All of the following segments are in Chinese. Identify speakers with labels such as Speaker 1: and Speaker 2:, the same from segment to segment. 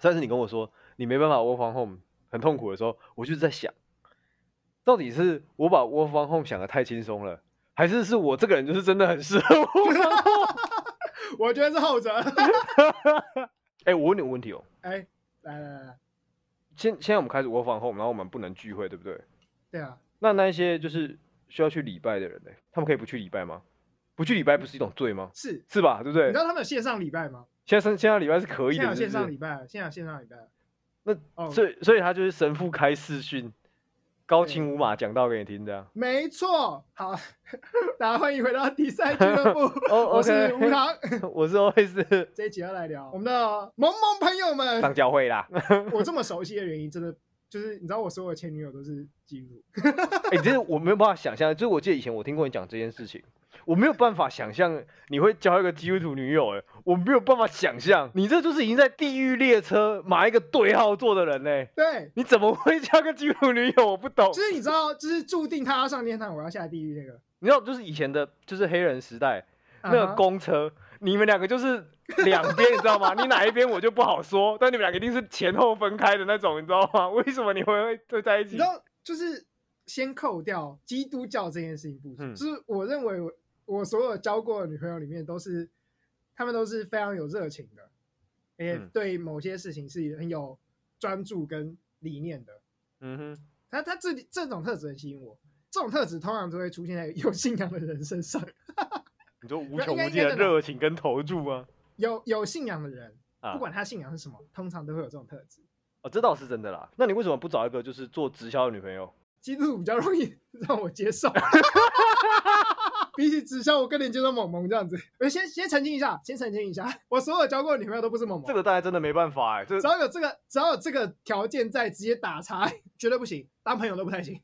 Speaker 1: 但是你跟我说你没办法 work from home 很痛苦的时候，我就是在想，到底是我把 work from home 想的太轻松了，还是是我这个人就是真的很适 合 work from home？
Speaker 2: 我觉得是后者。
Speaker 1: 哎、我问你个问题哦，
Speaker 2: 哎，来来来，
Speaker 1: 现现在我们开始 work from home，然后我们不能聚会，对不对？
Speaker 2: 对啊，
Speaker 1: 那那一些就是需要去礼拜的人呢，他们可以不去礼拜吗？不去礼拜不是一种罪吗？
Speaker 2: 是。
Speaker 1: 是吧？对不
Speaker 2: 你
Speaker 1: 对
Speaker 2: 知？道他们有线上礼拜吗？
Speaker 1: 现在现在礼拜是可以
Speaker 2: 现
Speaker 1: 的，
Speaker 2: 在有
Speaker 1: 是
Speaker 2: 线
Speaker 1: 不
Speaker 2: 上
Speaker 1: 是？
Speaker 2: 礼拜，现在有线上礼拜。
Speaker 1: 那
Speaker 2: 哦，
Speaker 1: 所以所以他就是神父开视讯，高
Speaker 2: 对
Speaker 1: 清无码讲道给你听这样。
Speaker 2: 没错。好， 大家欢迎回到第三俱 乐部，
Speaker 1: 哦
Speaker 2: 我是吴
Speaker 1: ，OK，
Speaker 2: 糖。
Speaker 1: 我是 always
Speaker 2: 这一集要来聊我们的萌萌朋 友们。
Speaker 1: 上教会 啦。
Speaker 2: 我这么熟悉的原因，真的就是你知道，我所有的前女友都是基督徒。
Speaker 1: 哎、真的我没有办法想象，就是我记得以前我听过你讲这件事情，我没有办法想象你会交一个基督徒女友、欸，我没有办法想象，你这就是已经在地狱列车买一个对号坐的人呢、
Speaker 2: 对，
Speaker 1: 你怎么会交个基督徒女友？我不懂
Speaker 2: 就。是你知道，就是注定他要上天堂，我要下地狱那个。
Speaker 1: 你知道，就是以前的，就是黑人时代那
Speaker 2: 啊
Speaker 1: 个
Speaker 2: 哈
Speaker 1: 公车，你们两个就是两边，你知道吗？ 你哪一边我就不好说，但你们两个一定是前后分开的那种，你知道吗？为什么你会会在一
Speaker 2: 你
Speaker 1: 起
Speaker 2: 知？道，就是先扣掉基督教这件事情不说，
Speaker 1: 嗯
Speaker 2: 就是我认为我我所有交过的女朋友里面，都是她们都是非常有热情的，而且
Speaker 1: 嗯
Speaker 2: 对某些事情是很有专注跟理念的。
Speaker 1: 嗯哼，
Speaker 2: 她她这这种特质很吸引我，这种特质通常都会出现在有信仰的人身上，
Speaker 1: 你说无
Speaker 2: 那
Speaker 1: 穷
Speaker 2: 应该
Speaker 1: 无
Speaker 2: 应
Speaker 1: 尽
Speaker 2: 该
Speaker 1: 的
Speaker 2: 这种
Speaker 1: 热情跟投注吗？
Speaker 2: 有有信仰的人，
Speaker 1: 啊
Speaker 2: 不管他信仰是什么，通常都会有这种特质。
Speaker 1: 哦，这倒是真的啦。那你为什么不找一个就是做直销的女朋友？
Speaker 2: 基督徒比较容易 让我 接受，比起直销，我更能接受萌萌这样子。我先先澄清一下，先澄清一下，我所有交过的女朋友都不是萌萌，
Speaker 1: 这个大家真的没办法哎、这
Speaker 2: 只要有这个只要有这个条件在，直接打叉， 绝对不行，当朋友都不太行，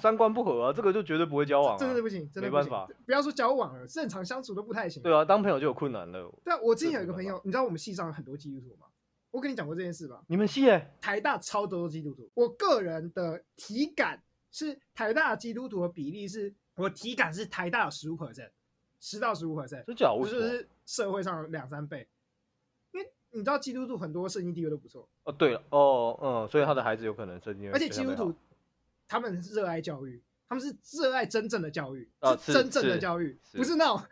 Speaker 1: 三观不合啊，这个就绝对不会交往、
Speaker 2: 真的是
Speaker 1: 啊。
Speaker 2: 不行，真的
Speaker 1: 没
Speaker 2: 不
Speaker 1: 办
Speaker 2: 行
Speaker 1: 法。
Speaker 2: 不要说交往了，正常相处都不太行。
Speaker 1: 对啊，当朋友就有困难了。
Speaker 2: 对啊，我之前有一
Speaker 1: 这
Speaker 2: 个
Speaker 1: 没办
Speaker 2: 朋
Speaker 1: 法
Speaker 2: 友，你知道我们系上有很多基督徒吗？我跟你讲过这件事吧？
Speaker 1: 你们系哎、
Speaker 2: 台大超多基督徒，我个人的体感是台大基督徒的比例是，我体感是台大有十五 percent，十到十五 percent，
Speaker 1: 真假？
Speaker 2: 就
Speaker 1: 为什么？
Speaker 2: 是社会上的两三倍。因为你知道基督徒很多圣经地位都不错，
Speaker 1: 哦，对了，哦，嗯，所以他的孩子有可能神经，
Speaker 2: 而且基
Speaker 1: 神经
Speaker 2: 督
Speaker 1: 没
Speaker 2: 徒
Speaker 1: 好
Speaker 2: 他们热爱教育，他们是热爱真正的教育，
Speaker 1: 啊
Speaker 2: 是
Speaker 1: 是
Speaker 2: 真正的
Speaker 1: 是
Speaker 2: 教育，
Speaker 1: 是
Speaker 2: 不是那种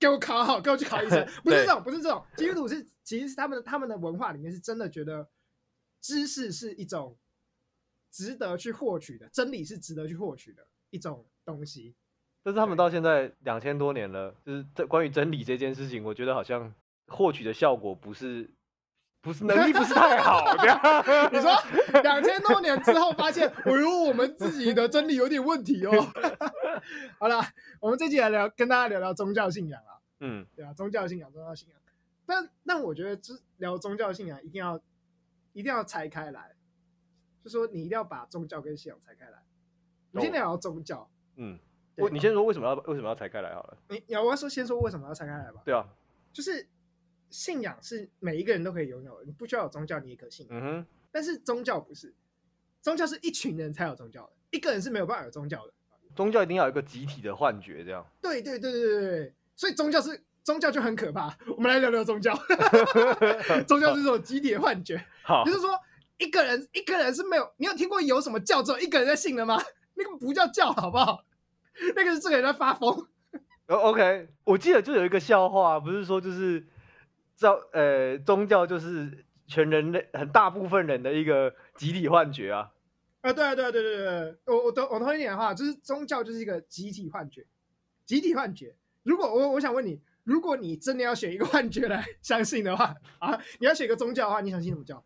Speaker 2: 给我考好，给我去考 医生，不是
Speaker 1: 对
Speaker 2: 这种，不是这种。基督徒是其实是他们的他们的文化里面是真的觉得知识是一种值得去获取的，真理是值得去获取的一种东西。
Speaker 1: 但是他们到现在两千多年了，就是这关于真理这件事情，我觉得好像获取的效果不是，不是能力不是太好这 样。
Speaker 2: 你 说两千多年之后发现，哎呦，我们自己的真理有点问题哦。 好了，我们这集来聊，跟大家聊聊宗教信仰啊。
Speaker 1: 嗯，
Speaker 2: 对啊，宗教信仰，宗教信仰。但但我觉得，就是聊宗教信仰，一定要一定要拆开来，就说你一定要把宗教跟信仰拆开来。我们先
Speaker 1: 哦
Speaker 2: 聊宗教，
Speaker 1: 嗯，
Speaker 2: 对
Speaker 1: 我你先说为什么要为什么要拆开来好了？
Speaker 2: 你你要说先说为什么要拆开来吧？
Speaker 1: 对啊，
Speaker 2: 就是信仰是每一个人都可以拥有的，你不需要有宗教你也可信仰，
Speaker 1: 嗯哼，
Speaker 2: 但是宗教不是，宗教是一群人才有宗教的，一个人是没有办法有宗教的。
Speaker 1: 宗教一定要有一个集体的幻觉这样。
Speaker 2: 对对对对对对，所以宗教是宗教就很可怕。我们来聊聊 宗教， 宗教是这种集体的幻觉。
Speaker 1: 好
Speaker 2: 就，是说一个人一个人是没有，你有听过有什么教只有一个人在信的吗？ 那个不叫教，好不好？那个是这个人在发疯。
Speaker 1: 哦，OK，我记得就有一个笑话，不是说就是造呃宗教就是全人类很大部分人的一个集体幻觉啊。
Speaker 2: 啊，对啊，对啊，对对对对，我我同我同意你的话，就是宗教就是一个集体幻觉，集体幻觉。如果我我想问你，如果你真的要选一个幻觉来相信的话啊，你要选一个宗教的话，你想信什么教？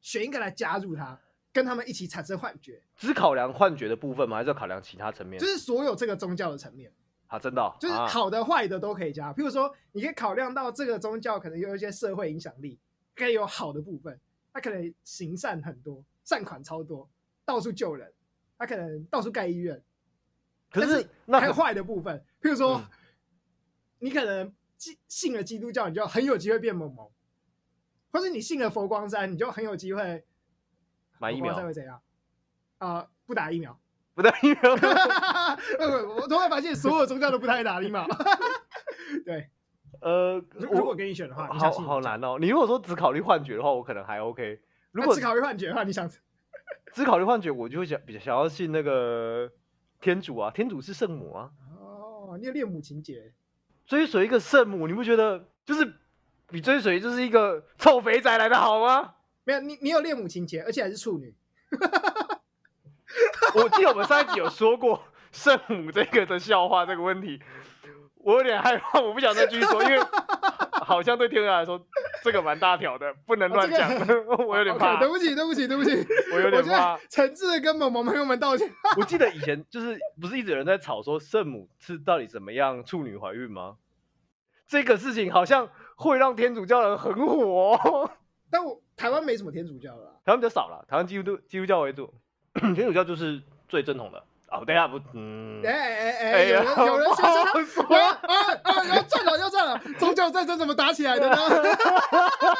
Speaker 2: 选一个来加入它，跟他们一起产生幻觉，
Speaker 1: 只考量幻觉的部分吗？还是要考量其他层面
Speaker 2: 就？是所有这个宗教的层面。
Speaker 1: 啊，真的哦、
Speaker 2: 就是
Speaker 1: 啊
Speaker 2: 好的坏的都可以加。譬如说，你可以考量到这个宗教可能有一些社会影响力，可以有好的部分，它可能行善很多，善款超多，到处救人，它可能到处盖医院。
Speaker 1: 可
Speaker 2: 但
Speaker 1: 是
Speaker 2: 是
Speaker 1: 那
Speaker 2: 还有
Speaker 1: 可
Speaker 2: 坏的部分，譬如说，
Speaker 1: 嗯
Speaker 2: 你可能信信了基督教，你就很有机会变某某，或者你信了佛光山，你就很有机会
Speaker 1: 买疫
Speaker 2: 佛光
Speaker 1: 苗
Speaker 2: 山会怎样？啊、不打疫苗。
Speaker 1: 不对，疫苗
Speaker 2: 我我突然发现所有宗教都不太打疫苗。对，
Speaker 1: 呃，
Speaker 2: 如如
Speaker 1: 我
Speaker 2: 果给你选的话，你
Speaker 1: 好
Speaker 2: 想信
Speaker 1: 好
Speaker 2: 哪种，
Speaker 1: 难哦。你如果说只考虑幻觉的话，我可能还 OK。如
Speaker 2: 那
Speaker 1: 果
Speaker 2: 只考虑幻觉的话，你想
Speaker 1: 只考虑幻觉，我就会想比较想要信那个天主啊，天主是圣母啊，
Speaker 2: 哦，你有恋母情节，
Speaker 1: 追随一个圣母，你不觉得就是比追随就是一个臭肥仔来的好 吗？
Speaker 2: 没有你你有恋母情节，而且还是处女，
Speaker 1: 我记得我们上一集有说过 圣母这个的笑话这个问题，我有点害怕，我不想再继续说，因为 好像对天鹅来说这个蛮大条的，不能
Speaker 2: 哦
Speaker 1: 乱
Speaker 2: 这
Speaker 1: 讲，
Speaker 2: 个 哦
Speaker 1: 我有点
Speaker 2: OK，
Speaker 1: 怕。
Speaker 2: 对不起，对不起，对不起，
Speaker 1: 我 有点
Speaker 2: 觉得
Speaker 1: 怕
Speaker 2: 诚挚的跟某某朋友们道歉。
Speaker 1: 我记得以前就是不是一直有人在吵说圣母是到底怎么样处女怀孕吗？这个事情好像会让天主教人很火、哦，
Speaker 2: 但我台湾没什么天主教了啦，
Speaker 1: 台湾比较少了，台湾基督基督教为 主，天主教就是最正统的。哦，等一下不，嗯
Speaker 2: 哎，哎哎
Speaker 1: 哎
Speaker 2: 哎，有
Speaker 1: 呀
Speaker 2: 人有人
Speaker 1: 不
Speaker 2: 先生
Speaker 1: 好
Speaker 2: 他
Speaker 1: 说
Speaker 2: 有人啊啊，有人站了要站了，宗教战争怎么打起来的呢？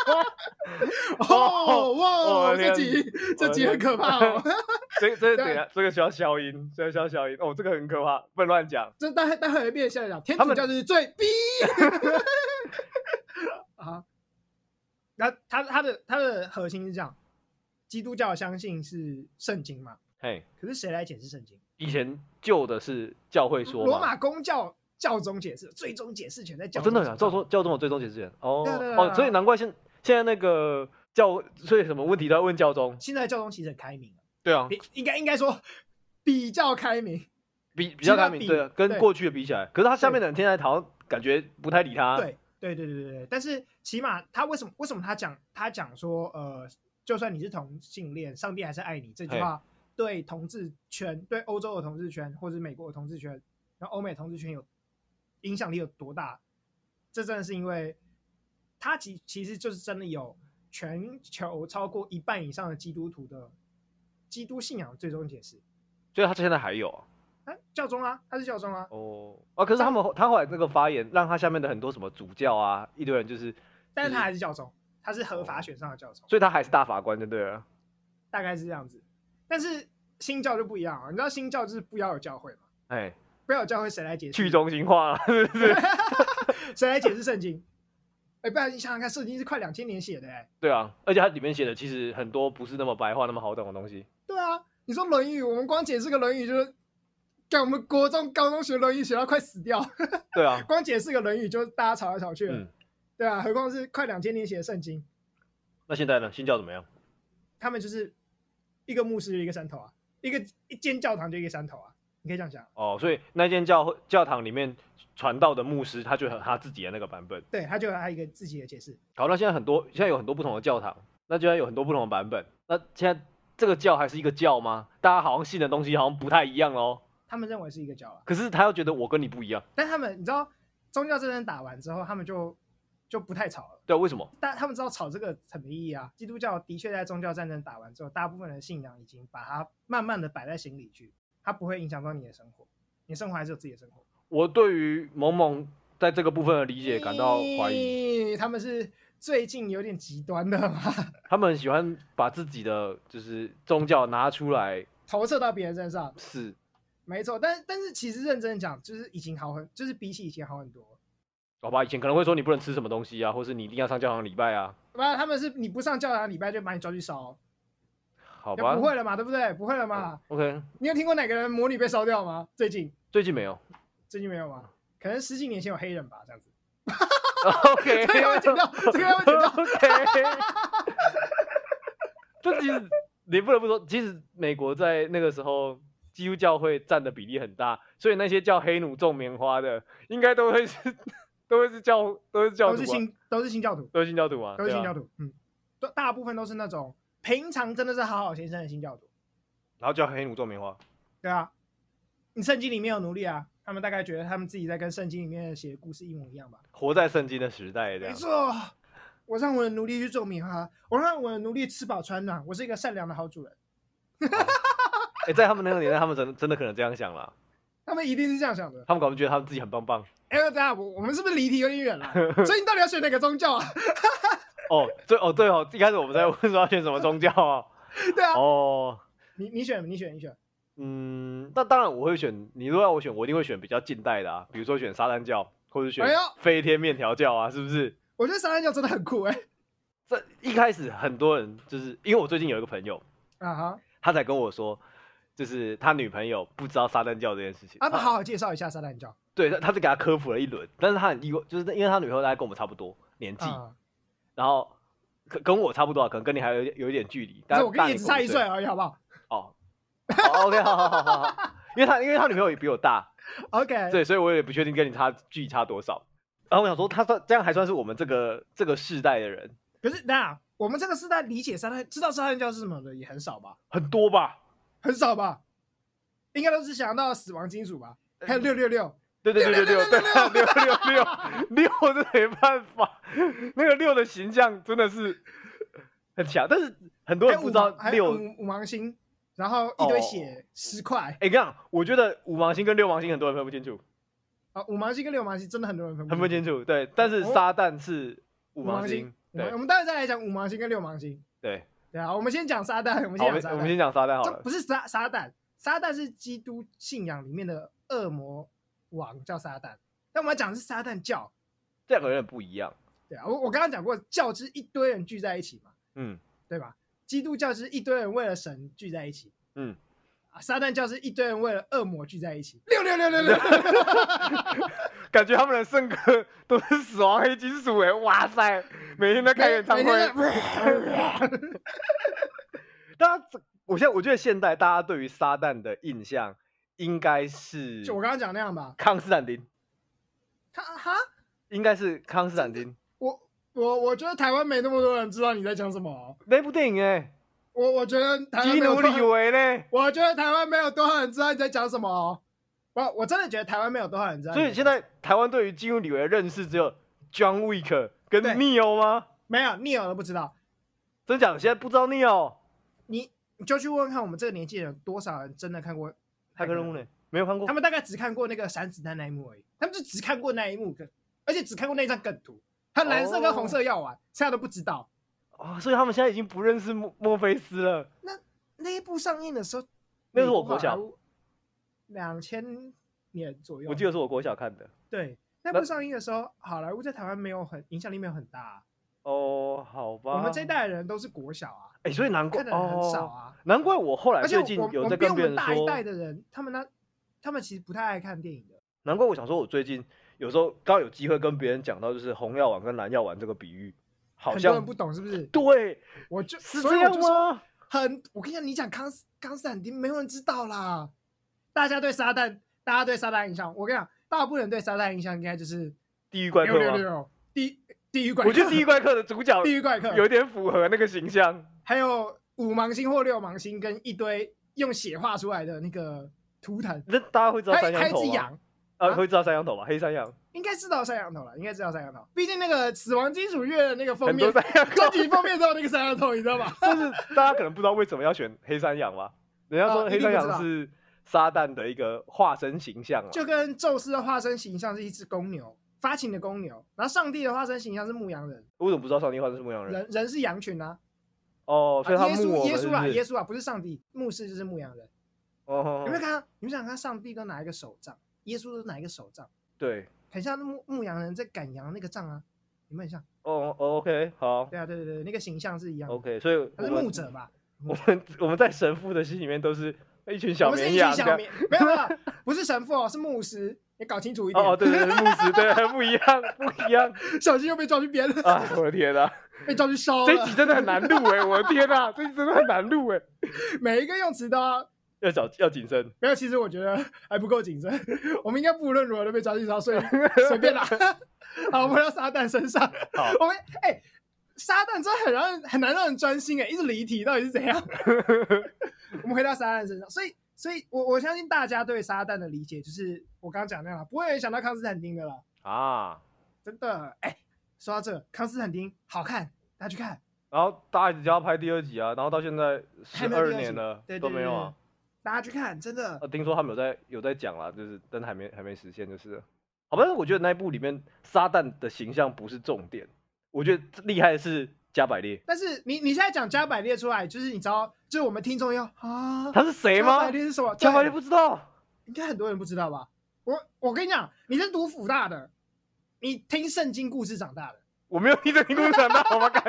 Speaker 2: 哦
Speaker 1: 我
Speaker 2: 哇，
Speaker 1: 的天
Speaker 2: 这集这集很可怕 哦，
Speaker 1: 这这等一下，这个需要消音，这个需要消音。哦，这个很可怕，不能乱讲。
Speaker 2: 这待待会儿变下来讲，天
Speaker 1: 他
Speaker 2: 主
Speaker 1: 们
Speaker 2: 教就是最逼 啊。那他他的他的核心是这样，基督教相信是圣经嘛，
Speaker 1: 嘿，
Speaker 2: 可是谁来解释圣经？
Speaker 1: 以前旧的是教会说
Speaker 2: 罗
Speaker 1: 嘛
Speaker 2: 马公教教宗解释，最终解释权在教、
Speaker 1: 哦、真的呀，教宗教宗有最终解释权哦
Speaker 2: 对啊对啊对
Speaker 1: 哦，
Speaker 2: 啊
Speaker 1: 所以难怪现现在那个教，所以什么问题都要问教宗。
Speaker 2: 现在教宗其实很开明了，
Speaker 1: 对啊，
Speaker 2: 比应该应该说比较开明，
Speaker 1: 比比较
Speaker 2: 其他
Speaker 1: 开明，
Speaker 2: 比
Speaker 1: 对啊，跟
Speaker 2: 对
Speaker 1: 过去的比起来，可是他下面的人天台好像感觉不太理他。，
Speaker 2: 对对对对对对。但是起码他为什么为什么他讲他讲说呃，就算你是同性恋，上帝还是爱你这句话，对同志圈、对欧洲的同志圈或者美国的同志圈，然后欧美的同志圈有影响力有多大？这真的是因为他其其实就是真的有全球超过一半以上的基督徒的基督信仰的最终解释。
Speaker 1: 所以他现在还有啊
Speaker 2: 啊，教宗啊，他是教宗啊，
Speaker 1: 哦啊，可是他们后他后来那个发言，让他下面的很多什么主教啊，一堆人就是，
Speaker 2: 但是他
Speaker 1: 嗯
Speaker 2: 还是教宗，他是合法
Speaker 1: 哦
Speaker 2: 选上的教宗，
Speaker 1: 所以他还是大法官，就对了。
Speaker 2: 大概是这样子。但是新教就不一样啊，你知道新教就是不要有教会嘛，
Speaker 1: 哎，
Speaker 2: 不要有教会谁来解
Speaker 1: 去
Speaker 2: 释？
Speaker 1: 中心化了， 是不是？
Speaker 2: 谁来解释圣经？哎、不然你想想看，圣经是快两千年写的哎、
Speaker 1: 对啊，而且它里面写的其实很多不是那么白话、那么好懂的东西。
Speaker 2: 对啊，你说《论语》，我们光解释个《论语》就是。干我们国中、高中学《论语》学到快死掉，
Speaker 1: 对啊，
Speaker 2: 光解释个《论语》就大家吵来吵去了，
Speaker 1: 嗯，
Speaker 2: 对啊，何况是快两千年写的圣经，
Speaker 1: 那现在呢？新教怎么样？
Speaker 2: 他们就是一个牧师就一个山头啊，一个一间教堂就一个山头啊，你可以这样想。
Speaker 1: 哦，所以那间教会教堂里面传道的牧师，他就有他自己的那个版本。
Speaker 2: 对，他就有他一个自己的解释。
Speaker 1: 好，那现在很多现在有很多不同的教堂，那居然有很多不同的版本。那现在这个教还是一个教吗？大家好像信的东西好像不太一样哦。
Speaker 2: 他们认为是一个教啊，
Speaker 1: 可是他又觉得我跟你不一样，
Speaker 2: 但他们你知道，宗教战争打完之后，他们就就不太吵了。
Speaker 1: 对啊，为什么？
Speaker 2: 但他们知道吵这个很没意义啊。基督教的确在宗教战争打完之后，大部分的信仰已经把它慢慢的摆在心里去，它不会影响到你的生活，你生活还是有自己的生活。
Speaker 1: 我对于萌萌在这个部分的理解感到怀疑。
Speaker 2: 疑，他们是最近有点极端的嘛，
Speaker 1: 他们很喜欢把自己的就是宗教拿出来
Speaker 2: 投射到别人身上，
Speaker 1: 是
Speaker 2: 没错。但但是其实认真讲，就是已经好很，就是比起以前好很多了。
Speaker 1: 好吧，以前可能会说你不能吃什么东西啊，或是你一定要上教堂礼拜啊，
Speaker 2: 那他们是你不上教堂礼拜就把你抓去烧，
Speaker 1: 好吧？哦
Speaker 2: 那不会了嘛，对不对？不会了嘛。
Speaker 1: o k
Speaker 2: 你有听过哪个人魔女被烧掉吗？最近
Speaker 1: 最近没 有。
Speaker 2: 最近没有吗？可能十几年前有黑人吧， 这样子。
Speaker 1: OK，
Speaker 2: 这 个要剪掉， 这个要剪掉。
Speaker 1: OK，这其实你不得不说，其实美国在那个时候基督教会占的比例很大，所以那些叫黑奴种棉花的，应该都会是 都会是教都会是教
Speaker 2: 都
Speaker 1: 徒、
Speaker 2: 是
Speaker 1: 啊，
Speaker 2: 新都是新教徒，
Speaker 1: 都是新教徒啊，
Speaker 2: 都是
Speaker 1: 对
Speaker 2: 新
Speaker 1: 啊
Speaker 2: 教徒。嗯，都大部分都是那种平常真的是好好先生的新教徒，
Speaker 1: 然后叫黑奴种棉花。
Speaker 2: 对啊。你圣经里面有奴隶啊，他们大概觉得他们自己在跟圣经里面写的故事一模一样吧？
Speaker 1: 活在圣经的时代，这
Speaker 2: 没
Speaker 1: 样
Speaker 2: 错，我让我的奴隶去种棉花，我让我的奴隶吃饱穿暖，我是一个善良的好主人。
Speaker 1: 哎、在他们那个年代，他们真的真的可能这样想啦，
Speaker 2: 他们一定是这样想的。
Speaker 1: 他们搞不觉得他们自己很棒棒
Speaker 2: 哎、大家，我我们是不是离题有点远 了？所以你到底要选哪个宗教啊？
Speaker 1: 哦。对哦对哦，一开始我们在问说要选什么宗教啊？
Speaker 2: 对啊，
Speaker 1: 哦，
Speaker 2: 你你选，你选，你选。
Speaker 1: 嗯，那当然我会选，你如果要我选，我一定会选比较近代的啊，比如说选撒旦教，或者选
Speaker 2: 哎呦
Speaker 1: 飞天面条教啊，是不是？
Speaker 2: 我觉得三三教真的很酷哎、
Speaker 1: 这一开始很多人就是因为我最近有一个朋友，
Speaker 2: 啊哈，
Speaker 1: 他才跟我说，就是他女朋友不知道撒旦教这件事情。
Speaker 2: 阿、啊、
Speaker 1: 他
Speaker 2: 们好好介绍一下三三教。
Speaker 1: 对，他他就给他科普了一轮，但是他很意外，就是因为他女朋友大概跟我们差不多年纪，
Speaker 2: 啊，
Speaker 1: 然后跟跟我差不多啊，可能跟你还有有一点距离，
Speaker 2: 可
Speaker 1: 但
Speaker 2: 是我跟你只差一岁
Speaker 1: 哦。
Speaker 2: 而已，好不好
Speaker 1: 哦 o k 好好好好好，因为他因为他女朋友也比我大，
Speaker 2: ？OK，
Speaker 1: 对，所以我也不确定跟你差距差多少。然后我想说，他算这样还算是我们这个这个世代的人，
Speaker 2: 可是那我们这个时代理解三三知道三三教是什么的也很少吧？
Speaker 1: 很多吧？
Speaker 2: 很少吧？应该都是想到死亡金属吧？还有六六六，
Speaker 1: 对对对对对对，六六六六，这没办法，那个六的形象真的是很强，但是很多人
Speaker 2: 还有
Speaker 1: 不
Speaker 2: 五
Speaker 1: 知道
Speaker 2: 芒，还有
Speaker 1: 六。
Speaker 2: 五五芒星，然后一堆
Speaker 1: 哦
Speaker 2: 血十块
Speaker 1: 哎，这样我觉得五芒星跟六芒星很多人分不清楚，
Speaker 2: 啊，五芒星跟六芒星真的很多人分
Speaker 1: 分不
Speaker 2: 清。
Speaker 1: 清楚。对，但是
Speaker 2: 哦
Speaker 1: 撒旦是五
Speaker 2: 五
Speaker 1: 芒
Speaker 2: 芒
Speaker 1: 星
Speaker 2: 星，五芒
Speaker 1: 对
Speaker 2: 我们待会再来讲五芒星跟六芒星。
Speaker 1: 对。
Speaker 2: 对啊，我们先讲撒旦，我们
Speaker 1: 好，我
Speaker 2: 先讲
Speaker 1: 们
Speaker 2: 撒
Speaker 1: 我们
Speaker 2: 旦
Speaker 1: 先。讲撒旦好
Speaker 2: 这
Speaker 1: 了。
Speaker 2: 不是撒撒旦，撒旦是基督信仰里面的恶魔王，叫撒旦。但我们要讲的是撒旦教，
Speaker 1: 这两个人很不一样。
Speaker 2: 对啊，我我刚刚讲过，教就是一堆人聚在一起嘛，
Speaker 1: 嗯，
Speaker 2: 对吧？基督教就是一堆人为了神聚在一起，
Speaker 1: 嗯，
Speaker 2: 啊，撒旦教是一堆人为了恶魔聚在一起，六六六 六六，
Speaker 1: 感觉他们的圣歌都是死亡黑金属哎，哇塞，每天在开演唱
Speaker 2: 每
Speaker 1: 会。
Speaker 2: 天在
Speaker 1: 大家，我现在我觉得现代大家对于撒旦的印象应该是
Speaker 2: 就我刚刚讲那样吧，
Speaker 1: 康斯坦丁，
Speaker 2: 他哈，
Speaker 1: 应该是康斯坦丁
Speaker 2: 我我我觉得台湾没那么多人知道你在讲什么哦、
Speaker 1: 那部电影哎，
Speaker 2: 我我觉得台湾
Speaker 1: 基
Speaker 2: 没有
Speaker 1: 努
Speaker 2: 多
Speaker 1: 里维嘞。
Speaker 2: 我觉得台湾没有多少人知道你在讲什么、哦。我我真的觉得台湾没有多少人知道你。
Speaker 1: 所以现在台湾对于基努里维的认识只有 John Wick 跟
Speaker 2: 对
Speaker 1: Neo 吗？
Speaker 2: 没有，你有都不知道。
Speaker 1: 真假的？现在不知道 Neo，
Speaker 2: 你你就去问问看，我们这个年纪的人多少人真的看过？
Speaker 1: 骇客任务呢？没有看过
Speaker 2: 他。们大概只看过那个闪子弹那一幕而已，他们就只看过那一幕，而且只看过那张梗图，他蓝色跟红色药丸，其他都不知道。
Speaker 1: 哦，所以他们现在已经不认识墨墨菲斯了。
Speaker 2: 那一部上映的时候，
Speaker 1: 那是我国小，
Speaker 2: 两千年左右，
Speaker 1: 我记得是我国小看的。
Speaker 2: 对。那部上映的时候，好莱坞在台湾没有很影响力，没有很大啊、
Speaker 1: 哦，好吧。
Speaker 2: 我们这一代的人都是国小啊，
Speaker 1: 哎、所以难怪
Speaker 2: 看的人很少
Speaker 1: 哦，
Speaker 2: 啊。
Speaker 1: 难怪我后来
Speaker 2: 而且
Speaker 1: 最
Speaker 2: 我
Speaker 1: 近
Speaker 2: 我
Speaker 1: 有在
Speaker 2: 们
Speaker 1: 跟
Speaker 2: 我
Speaker 1: 别
Speaker 2: 们
Speaker 1: 人
Speaker 2: 大一
Speaker 1: 说，
Speaker 2: 代的人，他们那他们其实不太爱看电影的。
Speaker 1: 难怪我想说，我最近有时候刚好有机会跟别人讲到，就是红药丸跟蓝药丸这个比喻，好
Speaker 2: 很多人
Speaker 1: 像
Speaker 2: 不懂是不是？
Speaker 1: 对
Speaker 2: 我就是所
Speaker 1: 这
Speaker 2: 以我
Speaker 1: 样
Speaker 2: 就说
Speaker 1: 吗？
Speaker 2: 很，我跟你讲，你讲康斯康斯坦丁，没有人知道啦。大家对撒旦，大家对撒旦印象，我跟你讲，大部分人对撒旦印象应该就是
Speaker 1: 地狱怪
Speaker 2: 六
Speaker 1: 客
Speaker 2: 六
Speaker 1: 吗？
Speaker 2: 六地地狱怪客，
Speaker 1: 我觉得地狱怪客的主角
Speaker 2: 地狱怪客
Speaker 1: 有点符合那个形象。
Speaker 2: 还有五芒星或六芒星跟一堆用血画出来的那个图腾，
Speaker 1: 那大家会知道
Speaker 2: 还
Speaker 1: 三羊
Speaker 2: 还有
Speaker 1: 头
Speaker 2: 一只
Speaker 1: 吗？
Speaker 2: 羊，
Speaker 1: 啊，
Speaker 2: 啊
Speaker 1: 会知道三羊头吧？黑三羊，
Speaker 2: 应该知道三羊头了，应该知道三羊头，毕竟那个死亡金属乐的那个封
Speaker 1: 很多
Speaker 2: 面
Speaker 1: 三羊头
Speaker 2: 专，辑封面都有那个三羊头，你知道吧？
Speaker 1: 但是大家可能不知道为什么要选黑山羊吧？人家说
Speaker 2: 啊
Speaker 1: 黑
Speaker 2: 一定
Speaker 1: 山
Speaker 2: 不知
Speaker 1: 羊
Speaker 2: 道
Speaker 1: 是撒旦的一个化身形象啊。
Speaker 2: 就跟宙斯的化身形象是一只公牛，发情的公牛，然后上帝的化身形象是牧羊人，
Speaker 1: 为什么不知道上帝化身是牧羊人？
Speaker 2: 人人是羊群啊。
Speaker 1: 哦，所以
Speaker 2: 啊
Speaker 1: 他
Speaker 2: 耶
Speaker 1: 牧
Speaker 2: 稣
Speaker 1: 我
Speaker 2: 耶
Speaker 1: 们是
Speaker 2: 稣
Speaker 1: 不
Speaker 2: 啦，耶
Speaker 1: 是？
Speaker 2: 稣啦，啊不是上帝，牧师就是牧羊人。
Speaker 1: 哦
Speaker 2: 有没有看到？你们想看上帝都拿一个手杖，耶稣都拿一个手杖，
Speaker 1: 对，
Speaker 2: 很像牧牧羊人在赶羊那个杖啊，有没有很像？
Speaker 1: 哦哦，OK，好
Speaker 2: 对啊，对对对，那个形象是一样的。
Speaker 1: ，OK，所以
Speaker 2: 他
Speaker 1: 哦我
Speaker 2: 是牧
Speaker 1: 们
Speaker 2: 者吧？
Speaker 1: 我们我们在神父的心里面都是一群
Speaker 2: 我
Speaker 1: 小
Speaker 2: 们是
Speaker 1: 绵
Speaker 2: 一群
Speaker 1: 羊，这
Speaker 2: 小
Speaker 1: 样
Speaker 2: 绵，没有没有，不是神父哦，是牧师，你搞清楚一点，
Speaker 1: 哦哦，对对对，牧师对，不一样不一样
Speaker 2: 小心又被抓去编了，
Speaker 1: 啊！我的天 啊，
Speaker 2: 被抓去烧
Speaker 1: 这一集
Speaker 2: 了。
Speaker 1: 真的很难录哎，我的天啊，这一集真的很难录哎，
Speaker 2: 每一个用词都要
Speaker 1: 要小要谨慎。
Speaker 2: 没有，其实我觉得还不够谨慎，我们应该不论如何都被抓去烧，所以随便啦。 好，我们到撒旦身上，
Speaker 1: 好
Speaker 2: 我们哎、撒旦真的很让人很难让人专心哎、一直离题，到底是怎样？ 我们回到撒旦身上，所以，所以我我相信大家对撒旦的理解就是我刚刚讲那样啦，不会有人想到康斯坦丁的啦，
Speaker 1: 啊，
Speaker 2: 真的。哎、说到这，康斯坦丁好看，大家去看，
Speaker 1: 然后大家一直叫要拍第二集啊，然后到现在
Speaker 2: 还
Speaker 1: 十
Speaker 2: 没有
Speaker 1: 二
Speaker 2: 第二集
Speaker 1: 年了
Speaker 2: 对对
Speaker 1: 都没有啊。，
Speaker 2: 对对大家去看，真的
Speaker 1: 啊，听说他们有在有在讲啦，就是但还没还没实现，就是了。好吧，但是我觉得那一部里面撒旦的形象不是重点，我觉得厉害的是加百列，
Speaker 2: 但是你你现在讲加百列出来，就是你知道，就是我们听众要啊，
Speaker 1: 他是谁吗
Speaker 2: 加百？列是什么？
Speaker 1: 加百
Speaker 2: 对
Speaker 1: 列不知道，
Speaker 2: 应该很多人不知道吧？我我跟你讲，你是读辅大的，你听圣经故事长大的，
Speaker 1: 我没有听着你故事长大，好吗？干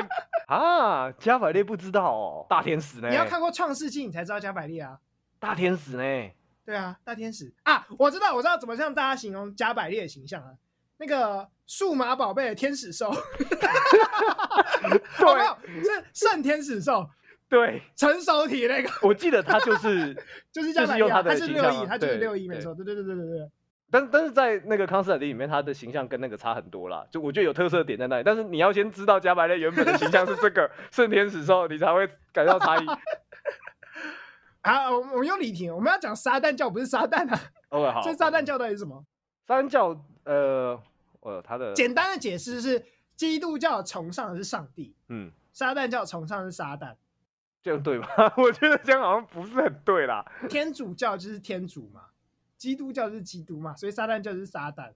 Speaker 1: 啊，加百列不知道哦，大天使呢？
Speaker 2: 你要看过《创世纪》，你才知道加百列啊。
Speaker 1: 大天使呢？
Speaker 2: 对啊，大天使啊，我知道，我知道怎么向大家形容加百列的形象啊。那个数码宝贝的天使 兽，有没
Speaker 1: 对
Speaker 2: 有？是圣天使兽，
Speaker 1: 对，
Speaker 2: 成熟体那个，
Speaker 1: 我记得他就是，
Speaker 2: 就是加
Speaker 1: 就是
Speaker 2: 百列
Speaker 1: 用
Speaker 2: 啊，
Speaker 1: 他的
Speaker 2: 他是
Speaker 1: 形
Speaker 2: 六
Speaker 1: 象
Speaker 2: 亿，
Speaker 1: 啊
Speaker 2: 他就是
Speaker 1: 对
Speaker 2: 六亿，没
Speaker 1: 对
Speaker 2: 错，对对对对对对。
Speaker 1: 但但是在那个康斯坦丁里面，他的形象跟那个差很多啦。就我觉得有特色点在那里，但是你要先知道加百列原本的形象是这 个圣天使兽，你才会感到差异。
Speaker 2: 啊，我们我们又离题了，我们要讲撒旦教，不是撒旦啊。
Speaker 1: OK，好，哦
Speaker 2: 所以撒旦教到底是什么？
Speaker 1: 撒旦教，呃，呃，他的，
Speaker 2: 简单的解释是，基督教崇尚的是上帝，
Speaker 1: 嗯，
Speaker 2: 撒旦教崇尚的是撒 旦，
Speaker 1: 这样对吧？ 我觉得这样好像不是很对啦。
Speaker 2: 天主教就是天主嘛，基督教就是基督嘛，所以撒旦教就是撒旦。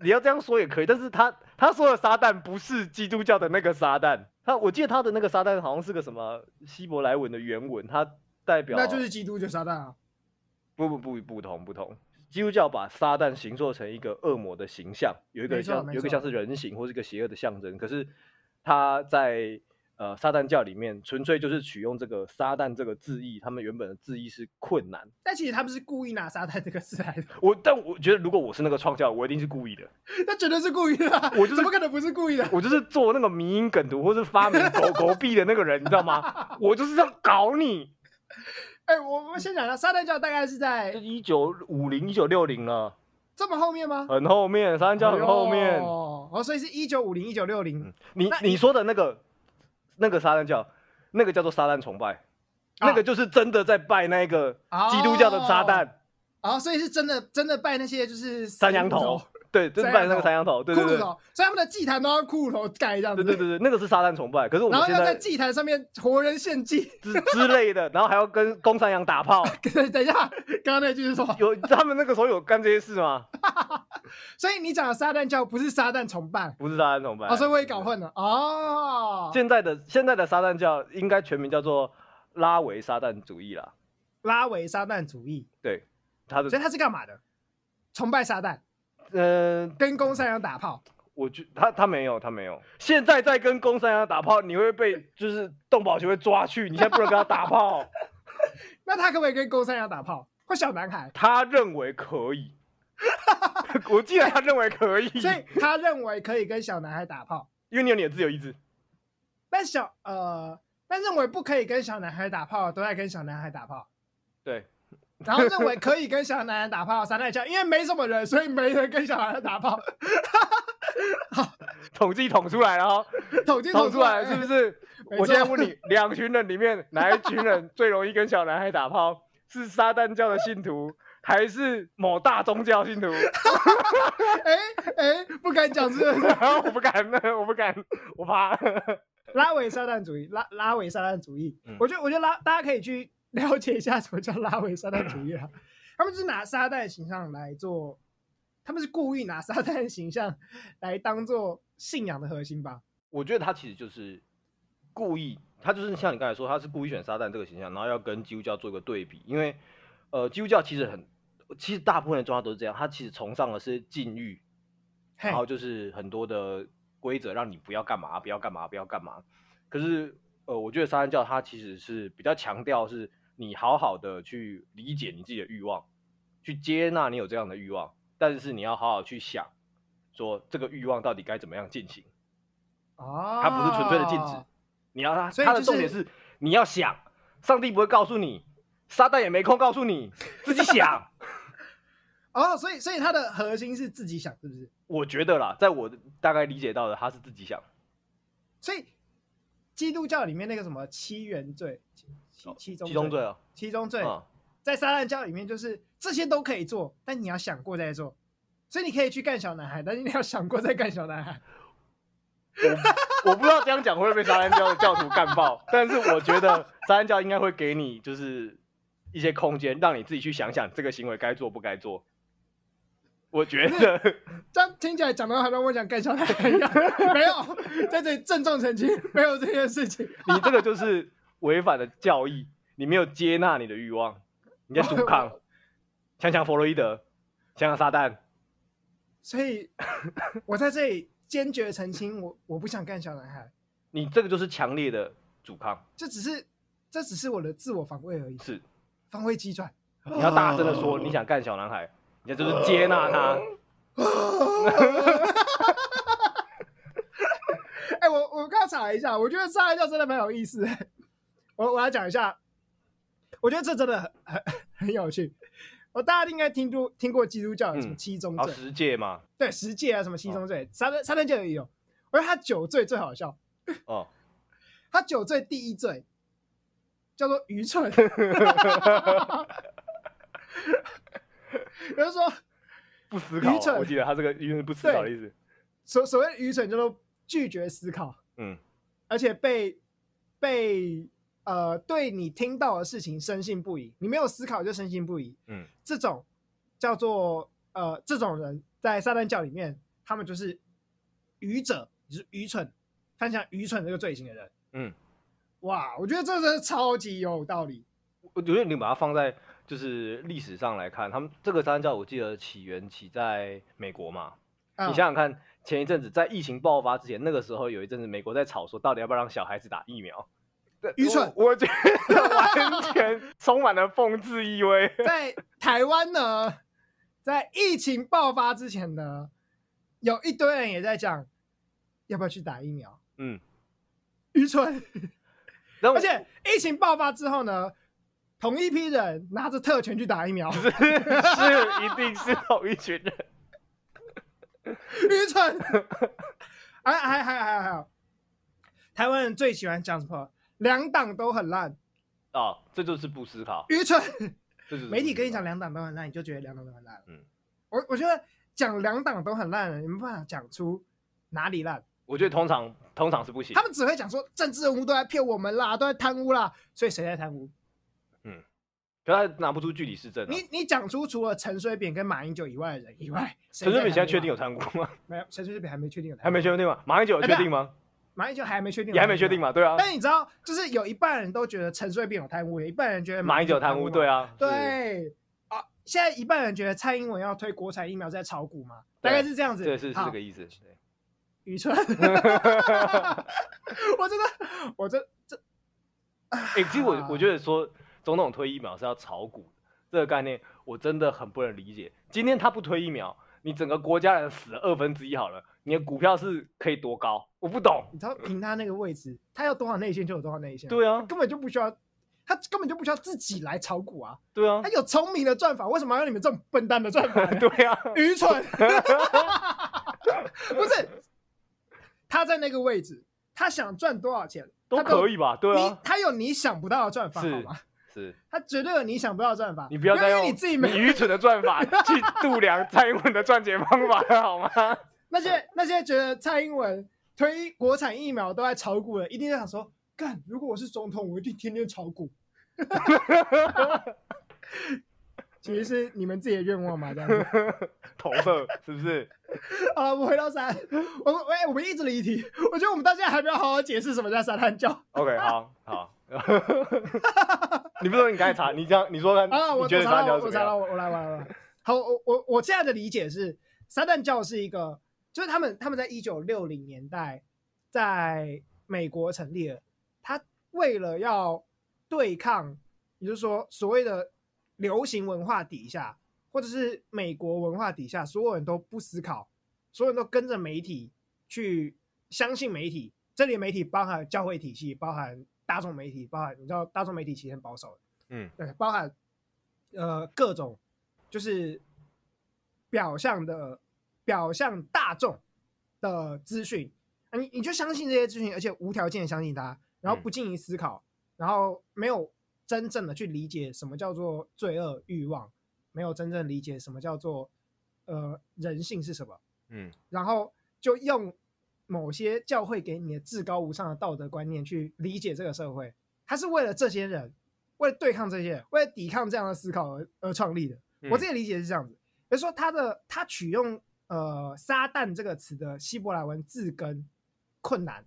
Speaker 1: 你要这样说也可以，但是他他说的撒旦不是基督教的那个撒旦，他我记得他的那个撒旦好像是个什么希伯来文的原文，它代表
Speaker 2: 那就是基督就是撒旦啊。
Speaker 1: 不不不不同不同，基督教把撒旦形塑成一个恶魔的形象，有一
Speaker 2: 没
Speaker 1: 个
Speaker 2: 错
Speaker 1: 像
Speaker 2: 没
Speaker 1: 有一个
Speaker 2: 错
Speaker 1: 像是人形或是一个邪恶的象征，可是他在呃撒旦教里面纯粹就是取用这个撒旦这个字义，他们原本的字义是困难。
Speaker 2: 但其实他们是故意拿撒旦这个字来的，
Speaker 1: 我但我觉得如果我是那个创教，我一定是故意的。
Speaker 2: 那绝对是故意的啊、
Speaker 1: 我就是
Speaker 2: 怎么可能不是故意的？
Speaker 1: 我就是做那个迷因梗图或是发明狗 狗币的那个人，你知道吗？我就是要搞 你。
Speaker 2: 哎、我我们先讲一下，撒旦教大概是在
Speaker 1: 一九五零、一九六零了，哎
Speaker 2: 这么后面吗？
Speaker 1: 很后面，三教很后面。
Speaker 2: 哦，哦所以是一九五零一九六零
Speaker 1: 嗯你
Speaker 2: 那
Speaker 1: 你说的那个那个撒旦教，那个叫做撒旦崇拜，
Speaker 2: 啊
Speaker 1: 那个就是真的在拜那个基督教的撒旦、
Speaker 2: 哦，所以是真的真的拜那些就是
Speaker 1: 三羊头，对，就是拜那个
Speaker 2: 三
Speaker 1: 三羊头，对
Speaker 2: 骷
Speaker 1: 对
Speaker 2: 髅
Speaker 1: 对，
Speaker 2: 头，所以他们的哦祭坛都要骷髅头盖这样子，
Speaker 1: 对对对对，那个是撒旦崇拜。可是我
Speaker 2: 然
Speaker 1: 们
Speaker 2: 后
Speaker 1: 现
Speaker 2: 要在
Speaker 1: 在
Speaker 2: 祭坛上面活人献祭。
Speaker 1: 之之类的，然后还要跟公山羊打炮，
Speaker 2: 等等一下，刚刚那句是什么？
Speaker 1: 有他们那个时候有干这些事吗？
Speaker 2: 所以你讲的撒旦教不是撒旦崇拜，
Speaker 1: 不是撒旦崇拜，啊
Speaker 2: 哦，所以我也搞混了哦。
Speaker 1: 现在的现在的撒旦教应该全名叫做拉维撒旦主义啦，
Speaker 2: 拉维撒旦主义，
Speaker 1: 对，他
Speaker 2: 所以
Speaker 1: 的
Speaker 2: 他是干嘛的？崇拜撒旦，
Speaker 1: 呃，
Speaker 2: 跟公山羊打炮。
Speaker 1: 我觉他他没有他没有，现在在跟公山羊打炮，你会被就是动保协会抓去，你现在不能跟他打炮，
Speaker 2: 那他可不可以跟公山羊打炮？或小男孩？
Speaker 1: 他认为可 以，我记得他认为可以，
Speaker 2: 所以他认为可以跟小男孩打炮，
Speaker 1: 因为你有你的自由意志，
Speaker 2: 但小呃，但认为不可以跟小男孩打炮的，都在跟小男孩打炮。
Speaker 1: 对，
Speaker 2: 然后认为可以跟小男孩打炮，三代教，因为没什么人，所以没人跟小男孩打炮，
Speaker 1: 统计统出来了哦，
Speaker 2: 统计
Speaker 1: 统
Speaker 2: 统哎
Speaker 1: 出来了是不是？
Speaker 2: 没错
Speaker 1: 我现在问你，两群人里面哪一群人最容易跟小男孩打炮？是撒旦教的信徒，还是某大宗教信徒？
Speaker 2: 哎哎，不敢讲这个
Speaker 1: 我不敢，我不敢，我怕。
Speaker 2: 拉维撒旦主义，拉拉维撒旦主义，
Speaker 1: 嗯
Speaker 2: 我觉得我觉得拉大家可以去了解一下什么叫拉维撒旦主 义啊，他们就是拿撒旦的形象来做，他们是故意拿撒旦的形象来当做信仰的核心吧？
Speaker 1: 我觉得他其实就是故意，他就是像你刚才说，他是故意选撒旦这个形象，然后要跟基督教做一个对比，因为呃，基督教其实很，其实大部分的宗教都是这样，他其实崇尚的是禁欲，
Speaker 2: 嘿
Speaker 1: 然，后就是很多的规则让你不要干嘛，不要干嘛，不要干嘛。可是呃，我觉得撒旦教它其实是比较强调是你好好的去理解你自己的欲望，去接纳你有这样的欲望，但是你要好好去想，说这个欲望到底该怎么样进行。
Speaker 2: 哦，
Speaker 1: 它不是纯粹的禁止，你要它
Speaker 2: 所以
Speaker 1: 它的
Speaker 2: 就是
Speaker 1: 重点是你要想，上帝不会告诉你，撒旦也没空告诉你，自己想。
Speaker 2: 哦，所以所以它的核心是自己想，是不是？
Speaker 1: 我觉得啦，在我大概理解到的，他是自己想。
Speaker 2: 所以基督教里面那个什么七原罪、七七七宗
Speaker 1: 七宗罪
Speaker 2: 罪、
Speaker 1: 啊，
Speaker 2: 七宗罪，
Speaker 1: 嗯
Speaker 2: 在撒旦教里面就是这些都可以做，但你要想过再做。所以你可以去干小男孩，但是你要想过再干小男孩。
Speaker 1: 嗯我 不知道这样讲会不会被撒旦教的教徒干爆，但是我觉得撒旦教应该会给你就是一些空间，让你自己去想想这个行为该做不该做。我觉得
Speaker 2: 这样听起来讲的好像我想干小男孩一样， 没有在这里郑重澄清，没有这件事情。
Speaker 1: 你这个就是违反了教义，你没有接纳你的欲望，你在阻抗。想想弗洛伊德，想想撒旦，
Speaker 2: 所以我在这里坚决澄清，我我不想干小男孩，
Speaker 1: 你这个就是强烈的阻抗，
Speaker 2: 这只是这只是我的自我防卫而已，
Speaker 1: 是
Speaker 2: 防卫机转。
Speaker 1: 你要大声的说你想干小男孩，你就是接纳他。
Speaker 2: 哎、我我刚查了一下，我觉得上一教真的蛮有意思的。我我来讲一下，我觉得这真的很很很有趣。我大家应该听过听过基督教有什么
Speaker 1: 嗯
Speaker 2: 七宗
Speaker 1: 好，
Speaker 2: 罪，
Speaker 1: 十戒嘛，
Speaker 2: 对十戒啊，什么七宗罪，三三三戒也有。我觉得他九罪最好笑，
Speaker 1: 哦，
Speaker 2: 他九罪第一罪叫做愚蠢。 有人说
Speaker 1: 不思考啊
Speaker 2: 愚蠢，
Speaker 1: 我记得他这个因为不思考的意思。
Speaker 2: 所所谓的愚蠢叫做拒绝思考，
Speaker 1: 嗯，
Speaker 2: 而且被被呃对你听到的事情深信不疑，你没有思考就深信不疑，
Speaker 1: 嗯，
Speaker 2: 这种叫做呃这种人在撒旦教里面，他们就是愚者，就是愚蠢，犯下愚蠢这个罪行的人。
Speaker 1: 嗯，
Speaker 2: 哇，我觉得这真的超级有道理。
Speaker 1: 我觉得你把它放在就是历史上来看，他们这个三教我记得起源起在美国嘛。
Speaker 2: 啊
Speaker 1: 你想想看，前一阵子在疫情爆发之前，那个时候有一阵子美国在吵说到底要不要让小孩子打疫苗。对
Speaker 2: 愚蠢
Speaker 1: 我我觉得完 全充满了讽刺意味。
Speaker 2: 在台湾呢，在疫情爆发之前呢，有一堆人也在讲要不要去打疫苗，
Speaker 1: 嗯，
Speaker 2: 愚蠢。
Speaker 1: 然后
Speaker 2: 而且疫情爆发之后呢，同一批人拿着特权去打疫苗，
Speaker 1: 是是 一定是同一群人。
Speaker 2: 愚蠢。还还还还有还有，台湾人最喜欢讲什么？两党都很烂，
Speaker 1: 哦，这就是不思考，
Speaker 2: 愚蠢。
Speaker 1: 这就是
Speaker 2: 媒体跟你讲
Speaker 1: 不思
Speaker 2: 两党都很烂，你就觉得两党都很烂。
Speaker 1: 嗯
Speaker 2: 嗯，我我觉得讲两党都很烂，你没办法讲出哪里烂。
Speaker 1: 考，我觉得通常通常是不行
Speaker 2: 他。们只会讲说政治人物都在骗我们啦，都在贪污啦，所以谁在贪污？
Speaker 1: 可是他拿不出具体市政、啊。
Speaker 2: 你你讲出除了陈水扁跟马英九以外的人以外，
Speaker 1: 陈水扁现在确定
Speaker 2: 有
Speaker 1: 有贪污吗？
Speaker 2: 没有？陈水扁还没确定有贪污，
Speaker 1: 还没确定吗？马英
Speaker 2: 哎
Speaker 1: 九有确
Speaker 2: 啊
Speaker 1: 定吗？
Speaker 2: 马英九还没确定，
Speaker 1: 也还没确定。嘛？对啊，
Speaker 2: 但你知道，就是有一半人都觉得陈水扁有贪污，有一半人觉得
Speaker 1: 马英九
Speaker 2: 有
Speaker 1: 贪污，
Speaker 2: 污，
Speaker 1: 对
Speaker 2: 啊，
Speaker 1: 啊，是，
Speaker 2: 对啊。现在一半人觉得蔡英文要推国产疫苗在炒股嘛，大概是这样子。
Speaker 1: 这是是
Speaker 2: 好
Speaker 1: 这个意思。对
Speaker 2: 愚蠢，我真的，我真这
Speaker 1: 哎、其实我我
Speaker 2: 啊
Speaker 1: 觉得说总统推疫苗是要炒股这个概念，我真的很不能理解。今天他不推疫苗，你整个国家人死了二分之一好了，你的股票是可以多高？我不懂。
Speaker 2: 你知道，凭他那个位置，他要多少内线就有多少内线，
Speaker 1: 对啊，
Speaker 2: 根本就不需要，他根本就不需要自己来炒股啊！
Speaker 1: 对啊
Speaker 2: 他，有聪明的赚法，为什么要用你们这种笨蛋的赚法呢？
Speaker 1: 对啊，
Speaker 2: 愚蠢！ 不是，他在那个位置，他想赚多少钱
Speaker 1: 都可
Speaker 2: 以。
Speaker 1: 以吧？对
Speaker 2: 你
Speaker 1: 啊，
Speaker 2: 他有你想不到的赚法，
Speaker 1: 是
Speaker 2: 好吗？
Speaker 1: 是
Speaker 2: 他绝对有你想不到的赚法。
Speaker 1: 你不要再
Speaker 2: 因
Speaker 1: 用
Speaker 2: 为你自己
Speaker 1: 你
Speaker 2: 没
Speaker 1: 愚蠢的赚 法去度量蔡英文的赚钱方法了好吗？
Speaker 2: 那些那些觉得蔡英文推国产疫苗都在炒股的，一定在想说，干，如果我是总统，我一定天天炒 股。其实是你们自己的愿望嘛，这样子。
Speaker 1: 投射是不是？
Speaker 2: 好了，我们回到三，我们哎、我们一直离题，我觉得我们到现在还没有好好解释什么叫沙滩教
Speaker 1: OK，好好。 你不是说你刚才查？你这样你说看，
Speaker 2: 啊！我
Speaker 1: 你
Speaker 2: 我
Speaker 1: 觉得
Speaker 2: 查
Speaker 1: 他
Speaker 2: 到
Speaker 1: 叫
Speaker 2: 我
Speaker 1: 什
Speaker 2: 我
Speaker 1: 么
Speaker 2: 查到
Speaker 1: 样？
Speaker 2: 我我来我来我 来。好，我我我现在的理解是，撒旦教是一个，就是他们他们在一九六零年代在美国成立了，他为了要对抗，也就是说所谓的流行文化底下，或者是美国文化底下，所有人都不思考，所有人都跟着媒体去相信媒体。这里的媒体包含教会体系，包含大众媒体，包含你知道大众媒体其实很保守的，
Speaker 1: 嗯，
Speaker 2: 对，包含呃各种就是表象的表象大众的资讯，啊你你就相信这些资讯，而且无条件地相信它，然后
Speaker 1: 嗯
Speaker 2: 不进行思考，然后没有真正的去理解什么叫做罪恶欲望，没有真正理解什么叫做呃人性是什么，
Speaker 1: 嗯
Speaker 2: 然后就用某些教会给你的至高无上的道德观念去理解这个社会，它是为了这些人，为了对抗这些人，为了抵抗这样的思考而而创立的。
Speaker 1: 嗯
Speaker 2: 我自己的理解是这样子，比如说他的他取用呃“撒旦”这个词的希伯来文字根困难，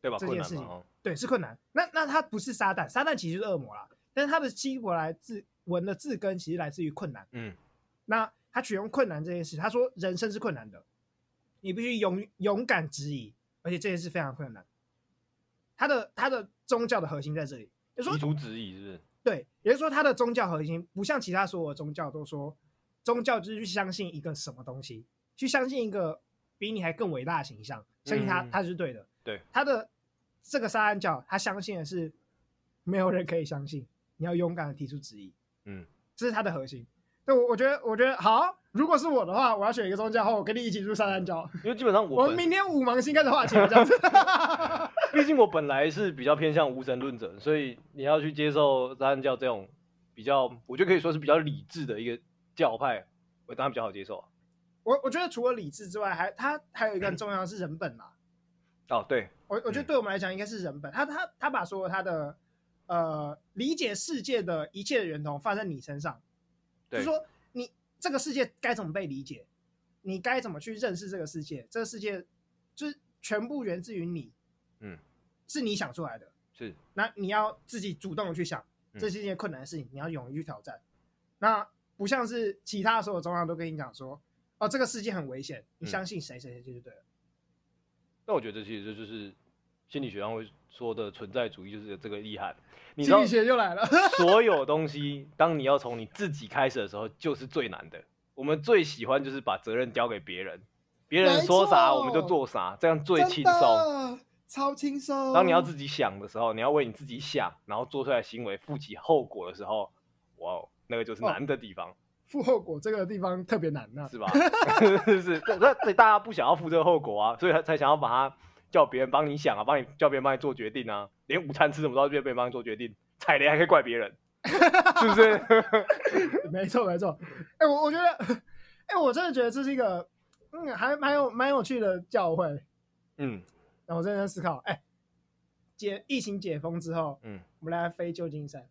Speaker 1: 对吧？
Speaker 2: 这
Speaker 1: 困
Speaker 2: 件
Speaker 1: 难
Speaker 2: 事
Speaker 1: 嘛，
Speaker 2: 情
Speaker 1: 哦
Speaker 2: 对，是困难。那那它不是撒旦，撒旦其实就是恶魔啦，但是它的希伯来字文的字根其实来自于困难。
Speaker 1: 嗯
Speaker 2: 那他取用困难这件事，他说人生是困难的，你必须勇勇敢质疑，而且这件事非常困难。他的他的宗教的核心在这里，就说
Speaker 1: 提出质疑是不是？
Speaker 2: 对，也就是说，他的宗教核心不像其他所有的宗教都说，宗教就是去相信一个什么东西，去相信一个比你还更伟大的形象，相信他，
Speaker 1: 嗯
Speaker 2: 他是对的。
Speaker 1: 对，
Speaker 2: 他的这个撒旦教，他相信的是没有人可以相信，你要勇敢的提出质疑。
Speaker 1: 嗯，
Speaker 2: 这是他的核心。对，我我觉得，我觉得好。如果是我的话，我要选一个宗教后，我跟你一起入撒旦教。
Speaker 1: 因为基本上
Speaker 2: 我
Speaker 1: 我
Speaker 2: 们
Speaker 1: 本
Speaker 2: 明天五芒星开始化解， 这样子。
Speaker 1: 毕竟我本来是比较偏向无神论者，所以你要去接受撒旦教这种比较，我觉得可以说是比较理智的一个教派，我当然比较好接受啊。
Speaker 2: 我我觉得除了理智之外，还他还有一个很重要的是人本啦。啊
Speaker 1: 哦，对，
Speaker 2: 我我觉得
Speaker 1: 嗯
Speaker 2: 对我们来讲应该是人本，他他他把所有他的呃理解世界的一切的源头放在你身上，
Speaker 1: 对
Speaker 2: 就是说你这个世界该怎么被理解，你该怎么去认识这个世界，这个世界就是全部源自于你，
Speaker 1: 嗯，
Speaker 2: 是你想出来的，
Speaker 1: 是，
Speaker 2: 那你要自己主动的去想，
Speaker 1: 嗯
Speaker 2: 这是一件困难的事情，你要勇于去挑战。那不像是其他所有宗教都跟你讲说，哦，这个世界很危险，
Speaker 1: 嗯
Speaker 2: 你相信谁谁谁就对了。
Speaker 1: 那我觉得其实这就是心理学上会说的存在主义，就是这个厉害。你知
Speaker 2: 心
Speaker 1: 道
Speaker 2: 理，学又来了。
Speaker 1: 所有东西，当你要从你自己开始的时候，就是最难的。我们最喜欢就是把责任交给别人，别人说啥
Speaker 2: 没错
Speaker 1: 我们就做啥，这样最
Speaker 2: 真
Speaker 1: 轻松。
Speaker 2: 的，超轻松。
Speaker 1: 当你要自己想的时候，你要为你自己想，然后做出来的行为负起后果的时候，哇哦，那个就是
Speaker 2: 哦啊
Speaker 1: 难的地方，
Speaker 2: 负后果这个地方特别难呐、
Speaker 1: 是吧？ 是是，那所以大家不想要负这个后果啊，所以他才想要把它叫别人帮你想啊，帮你叫别人帮你做决定啊，连午餐吃什么都要叫别人帮你做决定，踩雷还可以怪别人，是不是？
Speaker 2: 没错没错。哎、我我觉得，哎、我真的觉得这是一个，嗯，还蛮有蛮有趣的教会。
Speaker 1: 嗯
Speaker 2: 然后我认真思考，哎、解疫情解封之后，
Speaker 1: 嗯，
Speaker 2: 我们来飞旧金山。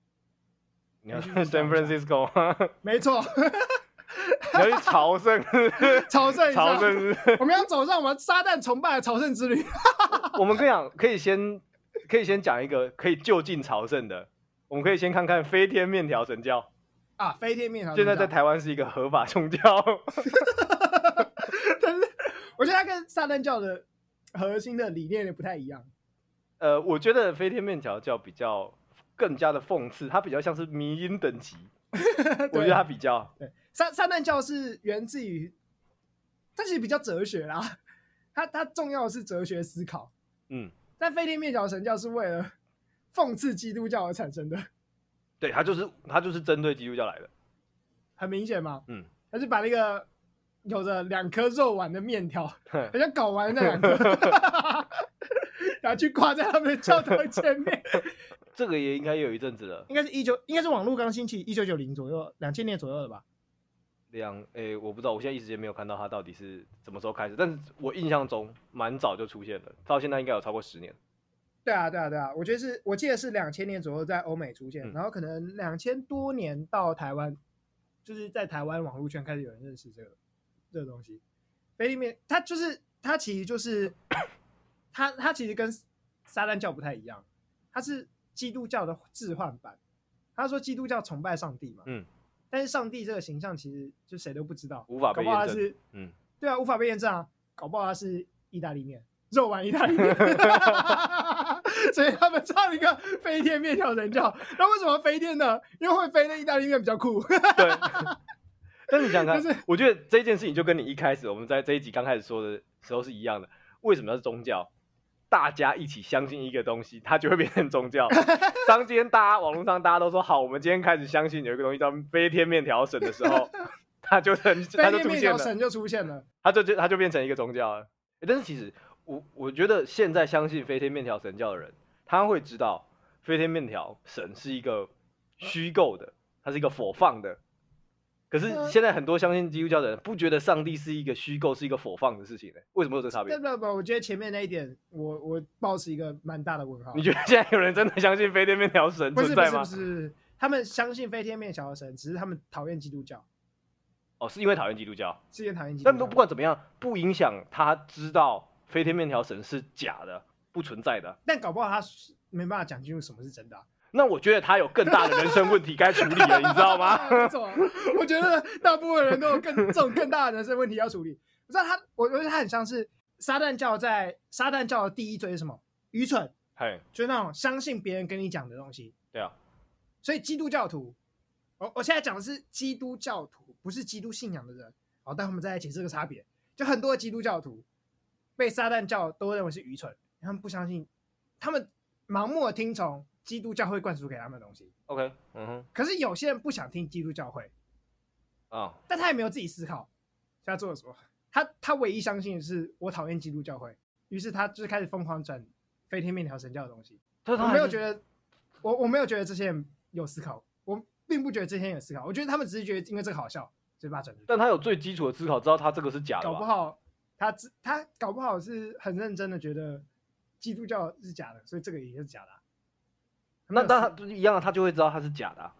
Speaker 1: 你要去
Speaker 2: 你
Speaker 1: San
Speaker 2: 去想一下
Speaker 1: Francisco，吗
Speaker 2: 没错，
Speaker 1: 你要去朝圣， 是不是
Speaker 2: 朝圣一下
Speaker 1: 朝圣是不是。
Speaker 2: 我们要走上我们撒旦崇拜的朝圣之旅。
Speaker 1: 我们可以讲，可以先可以先讲一个可以就近朝圣的，我们可以先看看飞天面条神教。
Speaker 2: 啊，飞天面朝啊
Speaker 1: 现在在
Speaker 2: 天
Speaker 1: 台湾是一个合法宗教，
Speaker 2: 教，但是我觉得它跟撒旦教的核心的理念也不太一样。
Speaker 1: 呃，我觉得飞天面条教比较更加的讽刺，它比较像是迷因等级，我觉
Speaker 2: 对
Speaker 1: 得它比较
Speaker 2: 对，撒撒旦教是源自于，它其实比较哲学啦，它它重要的是哲学思考，
Speaker 1: 嗯，
Speaker 2: 但飞天面角神教是为了讽刺基督教而产生的，
Speaker 1: 对，它就是它就是针对基督教来的，
Speaker 2: 很明显嘛，
Speaker 1: 嗯，
Speaker 2: 它是把那个有着两颗肉丸的面条，
Speaker 1: 哼
Speaker 2: 好像搞完那两颗， 然后去挂在他们的教堂前面，
Speaker 1: 这个也应该有一阵子了，
Speaker 2: 应该是一九，应该是网络刚兴起一九九零左右，两千年左右的吧，
Speaker 1: 两诶、我不知道，我现在一时间没有看到它到底是什么时候开始，但是我印象中蛮早就出现了，到现在应该有超过十年，
Speaker 2: 对啊，对啊，对啊，我觉得是我记得是两千年左右在欧美出现，
Speaker 1: 嗯
Speaker 2: 然后可能两千多年到台湾，就是在台湾网络圈开始有人认识这个这个东西。菲利面，它就是它其实就是它它其实跟撒旦教不太一样，它是基督教的置换版。他说基督教崇拜上帝嘛，
Speaker 1: 嗯，
Speaker 2: 但是上帝这个形象其实就谁都不知道，
Speaker 1: 无法
Speaker 2: 搞
Speaker 1: 被
Speaker 2: 不好
Speaker 1: 验
Speaker 2: 他
Speaker 1: 证，
Speaker 2: 是
Speaker 1: 嗯，
Speaker 2: 对啊，无法被验证啊，搞不好它是意大利面，肉丸意大利 面，所以他们造一个飞天面条人教。那为什么飞天呢？因为会飞的意大利面比较酷。
Speaker 1: 对。但是你想想看，
Speaker 2: 就是
Speaker 1: 我觉得这件事情就跟你一开始我们在这一集刚开始说的时候是一样的。为什么要是宗教？大家一起相信一个东西，它就会变成宗 教。当今天大家网络上大家都说好，我们今天开始相信有一个东西叫飞天面条神的时 候，它就成，它
Speaker 2: 飞
Speaker 1: 就
Speaker 2: 天
Speaker 1: 出
Speaker 2: 面
Speaker 1: 现
Speaker 2: 条
Speaker 1: 了。
Speaker 2: 神就出现了。
Speaker 1: 它就就它就变成一个宗教了。诶但是其
Speaker 2: 嗯
Speaker 1: 实我我觉得现在相信飞天面条神教的人，他会知道飞天面条神是一个虚构的，它是一个否放的。可是
Speaker 2: 嗯
Speaker 1: 现在很多相信基督教的人不觉得上帝是一个虚构，是一个否放的事情呢？为什么有这个差别
Speaker 2: 但？不不，我觉得前面那一点，我我抱持一个蛮大的问号
Speaker 1: 你。觉得现在有人真的相信飞天面条神
Speaker 2: 不
Speaker 1: 存
Speaker 2: 是不
Speaker 1: 在
Speaker 2: 是
Speaker 1: 吗
Speaker 2: 不？是，他们相信飞天面条神，只是他们讨厌基督教，
Speaker 1: 哦，是因为讨厌基督教。
Speaker 2: 是因为讨厌基督
Speaker 1: 但
Speaker 2: 教。
Speaker 1: 不不管怎么样，不影响他知道飞天面条神是假的，不存在的。
Speaker 2: 但搞不好他是没办法讲清楚什么是真的啊、
Speaker 1: 那我觉得他有更大的人生问题该处理了，你知道 吗？
Speaker 2: 没错，我觉得大部分人都有更这种更大的人生问题要处理。我知道他，我觉得他很像是撒旦教在撒旦教的第一罪是什么？愚蠢，
Speaker 1: 嘿，
Speaker 2: 就是那种相信别人跟你讲的东西。
Speaker 1: 对啊，
Speaker 2: 所以基督教徒，我我现在讲的是基督教徒，不是基督信仰的人。好，待会我们再来解释这个差别。就很多的基督教徒被撒旦教都认为是愚蠢，他们不相信，他们盲目的听从基督教会灌输给他们的东西。
Speaker 1: OK，嗯哼，
Speaker 2: 可是有些人不想听基督教会，
Speaker 1: 啊、
Speaker 2: 但他也没有自己思考，所以他做了什么？他他唯一相信的是我讨厌基督教会，于是他就是开始疯狂转飞天面条神教的东西。
Speaker 1: 就是他
Speaker 2: 我没有觉
Speaker 1: 得
Speaker 2: 得，我我没有觉得这些人有思考，我并不觉得这些人有思考，我觉得他们只是觉得因为这个好笑，所以把它转出去。
Speaker 1: 但他有最基础的思考，知道他这个是假的
Speaker 2: 搞不
Speaker 1: 吧？
Speaker 2: 好他只他搞不好是很认真的觉得基督教是假的，所以这个也是假的啊、
Speaker 1: 那
Speaker 2: 没有
Speaker 1: 那他
Speaker 2: 思
Speaker 1: 就是一样，他就会知道他是假的啊、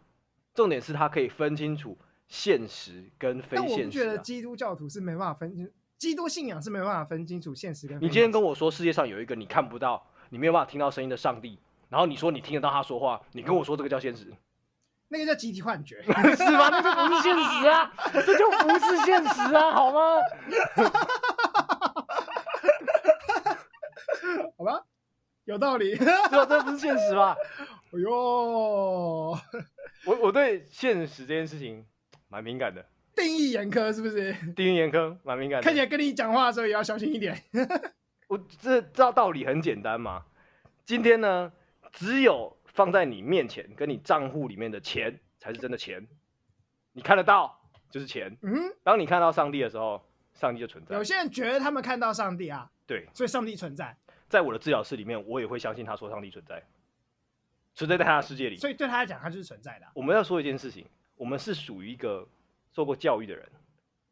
Speaker 1: 重点是他可以分清楚现实跟非
Speaker 2: 但我不
Speaker 1: 现
Speaker 2: 觉
Speaker 1: 实、
Speaker 2: 得
Speaker 1: 啊。
Speaker 2: 基督教徒是没办法分清，基督信仰是没办法分清楚现实跟
Speaker 1: 你今天跟我说世界上有一个你看不到、你没有办法听到声音的上帝，然后你说你听得到他说话，你跟我说这个叫现实，
Speaker 2: 那个叫集体幻觉，
Speaker 1: 是吗？那就不是现实啊，这就不是现实啊，好吗？
Speaker 2: 好吧，有道 理。
Speaker 1: 对啊，这不是现实吧？
Speaker 2: 哎呦，
Speaker 1: 我我对现实这件事情蛮敏感的，
Speaker 2: 定义严苛是不是？
Speaker 1: 第一严苛蛮敏感的。
Speaker 2: 看起来跟你讲话的时候也要小心一点。
Speaker 1: 我这道道理很简单嘛。今天呢，只有放在你面前跟你账户里面的钱才是真的钱，你看得到就是钱。
Speaker 2: 嗯，
Speaker 1: 当你看到上帝的时候，上帝就存在
Speaker 2: 有。些人觉得他们看到上帝啊，
Speaker 1: 对，
Speaker 2: 所以上帝存在，
Speaker 1: 在我的治疗室里面，我也会相信他说上帝存在，存在在他的世界里。
Speaker 2: 所以对他来讲，他就是存在的啊、
Speaker 1: 我们要说一件事情，我们是属于一个受过教育的人，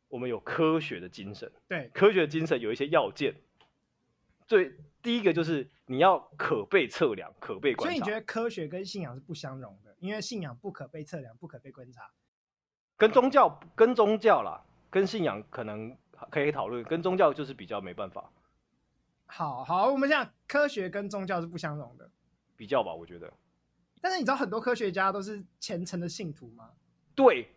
Speaker 1: 我们有科学的精神。
Speaker 2: 对，
Speaker 1: 科学精神有一些要件，最第一个就是你要可被测量、可被观察。
Speaker 2: 所以你觉得科学跟信仰是不相容的，因为信仰不可被测量，不可被观察。
Speaker 1: 跟宗教、跟宗教啦，跟信仰可能可以讨论，跟宗教就是比较没办法
Speaker 2: 好好，我们讲科学跟宗教是不相容的，
Speaker 1: 比较吧，我觉得。
Speaker 2: 但是你知道很多科学家都是虔诚的信徒吗？
Speaker 1: 对，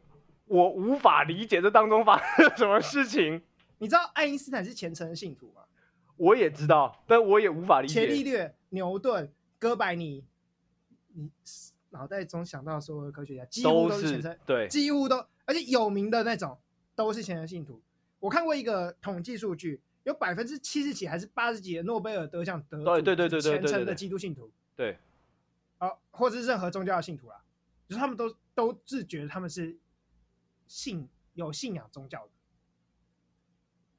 Speaker 1: 我无法理解这当中发生了什么事情，
Speaker 2: 你知道爱因斯坦是虔诚的信徒吗？
Speaker 1: 我也知道，但我也无法理
Speaker 2: 伽利
Speaker 1: 解。
Speaker 2: 略、牛顿、哥白尼，你脑袋中想到所有的科学家几
Speaker 1: 都
Speaker 2: 乎都是
Speaker 1: 是
Speaker 2: 虔诚，
Speaker 1: 对，
Speaker 2: 几乎都，而且有名的那种都是虔诚信徒。我看过一个统计数据，有百分之七十几还是八十几的诺贝尔得奖得主
Speaker 1: 对对对对
Speaker 2: 是
Speaker 1: 对对
Speaker 2: 虔诚
Speaker 1: 对
Speaker 2: 的
Speaker 1: 对
Speaker 2: 基督信徒，
Speaker 1: 对，
Speaker 2: 啊、或者是任何宗教的信徒啦，就是他们都都自觉他们是信有信仰宗教的。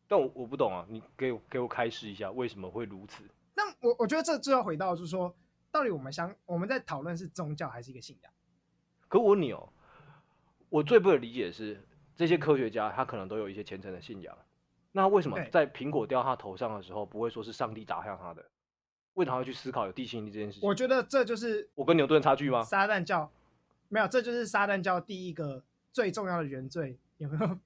Speaker 1: 但我我不懂啊，你给我给我开示一下，为什么会如此？
Speaker 2: 那我我觉得这就要回到就是说，到底我们想我们在讨论是宗教还是一个信仰？
Speaker 1: 可我问你哦，我最不能理解的是这些科学家，他可能都有一些虔诚的信仰，那为什么
Speaker 2: 对
Speaker 1: 在苹果掉他头上的时候，不会说是上帝打向他的？为什么要去思考有地心引力这件事情？
Speaker 2: 我
Speaker 1: 我
Speaker 2: 觉得这就是
Speaker 1: 跟牛顿差距吗？
Speaker 2: 撒旦教没有，这就是撒旦教第一个最重要的原罪有没有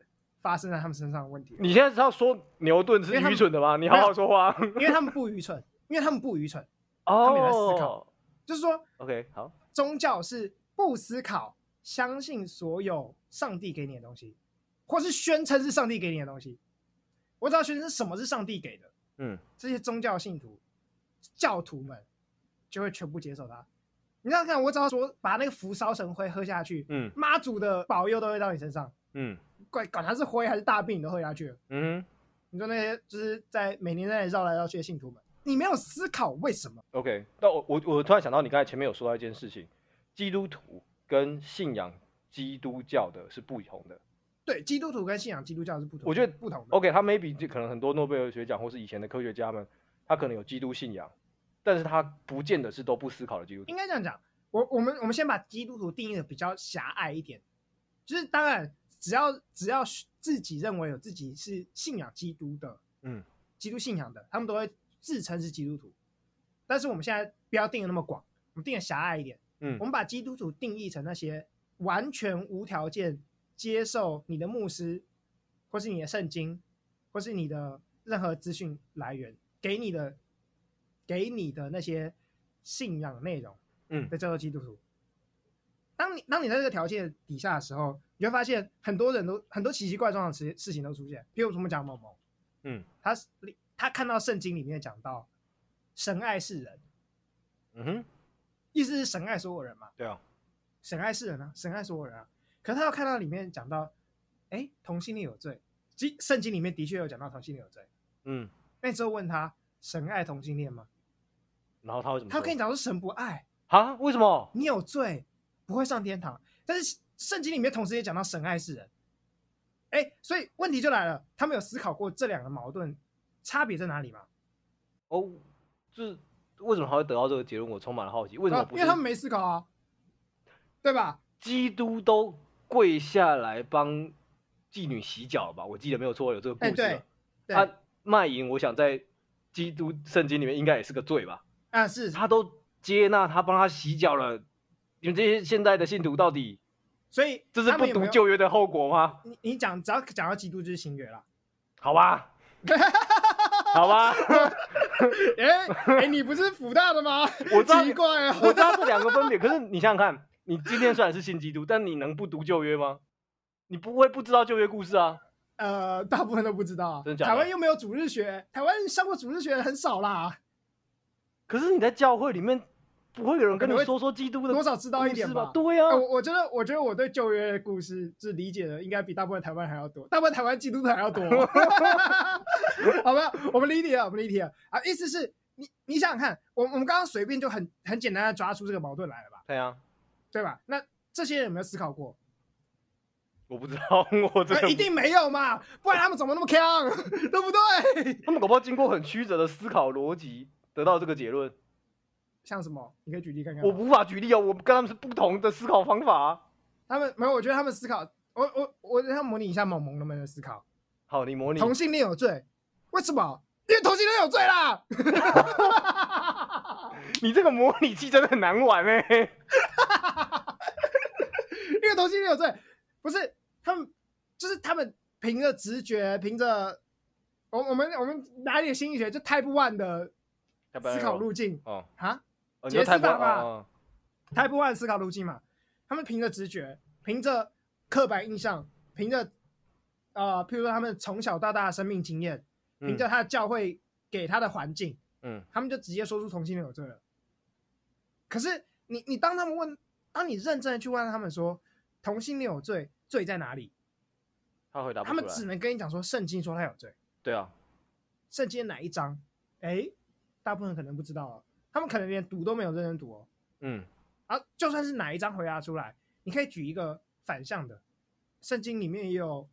Speaker 2: 发生在他们身上 的问题，
Speaker 1: 你现在是要说牛顿是
Speaker 2: 因为他们
Speaker 1: 愚蠢的吗？你好好说话。
Speaker 2: 因为他们不愚蠢，因为他们不愚蠢，
Speaker 1: 哦
Speaker 2: 们也在思考。就是说
Speaker 1: OK，好，
Speaker 2: 宗教是不思考，相信所有上帝给你的东西，或是宣称是上帝给你的东西。我只要宣称什么是上帝给的，
Speaker 1: 嗯，
Speaker 2: 这些宗教信徒、教徒们就会全部接受它。你想想看，我只要说把那个福烧成灰喝下去，
Speaker 1: 嗯
Speaker 2: 妈祖的保佑都会到你身上。
Speaker 1: 嗯
Speaker 2: 管管他是灰还是大病，你都喝下去了。
Speaker 1: 嗯
Speaker 2: 你说那些就是在每年在那里绕来绕去的信徒们，你没有思考为什么？
Speaker 1: ，OK。那我我我突然想到，你刚才前面有说到一件事情，基督徒跟信仰基督教的是不同的。
Speaker 2: 对，基督徒跟信仰基督教是不同的，
Speaker 1: 我觉得
Speaker 2: 不同的。
Speaker 1: OK，他 maybe 就可能很多诺贝尔学奖或是以前的科学家们，他可能有基督信仰，但是他不见得是都不思考的基督徒
Speaker 2: 应。该这样讲，我我们我们先把基督徒定义的比较狭隘一点，就是当然只要只要自己认为有自己是信仰基督的，
Speaker 1: 嗯，
Speaker 2: 基督信仰的，他们都会自称是基督徒。但是我们现在不要定的那么广，我们定的狭隘一点。
Speaker 1: 嗯
Speaker 2: 我们把基督徒定义成那些完全无条件接受你的牧师，或是你的圣经，或是你的任何资讯来源给你的给你的那些信仰内容，
Speaker 1: 嗯
Speaker 2: 被叫做基督徒。当你当你在这个条件底下的时候，你会发现很多人都很多奇奇怪状的事事情都出现。比如我们讲某某，
Speaker 1: 嗯，
Speaker 2: 他是他看到圣经里面讲到神爱世人，
Speaker 1: 嗯哼，
Speaker 2: 意思是神爱所有人嘛，
Speaker 1: 对啊，
Speaker 2: 神爱世人啊，神爱所有人啊。可是他又看到里面讲到，哎，同性恋有罪，即圣经里面的确有讲到同性恋有罪。
Speaker 1: 嗯，
Speaker 2: 那你之后问他，神爱同性恋吗？
Speaker 1: 然后他为什么说？
Speaker 2: 他跟你讲说神不爱，
Speaker 1: 啊？为什么？
Speaker 2: 你有罪，不会上天堂。但是圣经里面同时也讲到神爱世人，哎，所以问题就来了，他们有思考过这两个矛盾差别在哪里吗？
Speaker 1: 哦，就是为什么他会得到这个结论？我充满了好奇，为什么
Speaker 2: 啊
Speaker 1: 不
Speaker 2: 因
Speaker 1: 是
Speaker 2: 为他们没思考啊，对吧？
Speaker 1: 基督都跪下来帮妓女洗脚了吧？我记得没有错，有这个故
Speaker 2: 哎
Speaker 1: 事
Speaker 2: 对
Speaker 1: 嘛。
Speaker 2: 对
Speaker 1: 他卖淫，我想在基督圣经里面应该也是个罪吧？
Speaker 2: 啊，是，
Speaker 1: 他都接纳他帮他洗脚了，你们这些现在的信徒到底
Speaker 2: 所以
Speaker 1: 这是
Speaker 2: 他
Speaker 1: 不
Speaker 2: 们有没
Speaker 1: 读
Speaker 2: 有
Speaker 1: 旧约的后果吗？
Speaker 2: 你你讲只要讲到基督就是新约了，
Speaker 1: 好 吧，好吧，
Speaker 2: 哎哎，你不是福大的吗？
Speaker 1: 我知道
Speaker 2: 奇怪啊，
Speaker 1: 我知道这两个分别，可是你想想看，你今天虽然是信基督，但你能不读旧约吗？你不会不知道旧约故事啊？
Speaker 2: 呃，大部分都不知道啊
Speaker 1: 真，的假的
Speaker 2: 台湾又没有主日学，台湾上过主日学的很少啦，
Speaker 1: 可是你在教会里面，不会有人跟你
Speaker 2: 可能会
Speaker 1: 说说基督的
Speaker 2: 多少知道一
Speaker 1: 故
Speaker 2: 点
Speaker 1: 事
Speaker 2: 吧
Speaker 1: 吧？。对啊
Speaker 2: 哎，我我觉得，我觉得我对旧约的故事是理解的，应该比大部分台湾人还要多，大部分台湾基督徒还 要多。好吧，我们理解了，我们理解了啊，意思是你你想想看，我我们刚刚随便就很很简单的抓出这个矛盾来了吧，
Speaker 1: 对啊，
Speaker 2: 对吧？那这些人有没有思考过？
Speaker 1: 我不知道，我真
Speaker 2: 呃
Speaker 1: 的
Speaker 2: 一定没有嘛，不然他们怎么那么强， 对不对？
Speaker 1: 他们搞不好经过很曲折的思考逻辑得到这个结论，
Speaker 2: 像什么？你可以举例看看
Speaker 1: 我
Speaker 2: 吗。
Speaker 1: 无法举例哦，我跟他们是不同的思考方法啊、
Speaker 2: 他们没有，我觉得他们思考，我我我让他模拟一下萌萌能不能思考，
Speaker 1: 好，你模拟，
Speaker 2: 同性恋有罪，为什么？因为同性恋有罪啦。
Speaker 1: 你这个模拟器真的很难玩哎、
Speaker 2: 因为同性恋有罪，不是他们，就是他们凭着直觉，凭着我我们我们拿一点心理学，就 Type One 的思考路径
Speaker 1: 哦，
Speaker 2: 啊
Speaker 1: 哦你说
Speaker 2: 解释
Speaker 1: 太
Speaker 2: 法
Speaker 1: 不
Speaker 2: 吧
Speaker 1: 哦哦
Speaker 2: ，Type One 思考路径嘛，他们凭着直觉，凭着刻板印象，凭着呃，譬如说他们从小到大的生命经验，凭着他的教会给他的环境，
Speaker 1: 嗯
Speaker 2: 他们就直接说出同性恋有罪了。可是你你当他们问，当你认真的去问他们说同性恋有罪，罪在哪里？
Speaker 1: 他回答不
Speaker 2: 他
Speaker 1: 出
Speaker 2: 们
Speaker 1: 来。
Speaker 2: 只能跟你讲说圣经说他有罪，
Speaker 1: 对啊，
Speaker 2: 圣经哪一章？哎，大部分人可能不知道哦，他们可能连读都没有认真读哦。
Speaker 1: 嗯，
Speaker 2: 啊，就算是哪一章回答出来，你可以举一个反向的，圣经里面也有，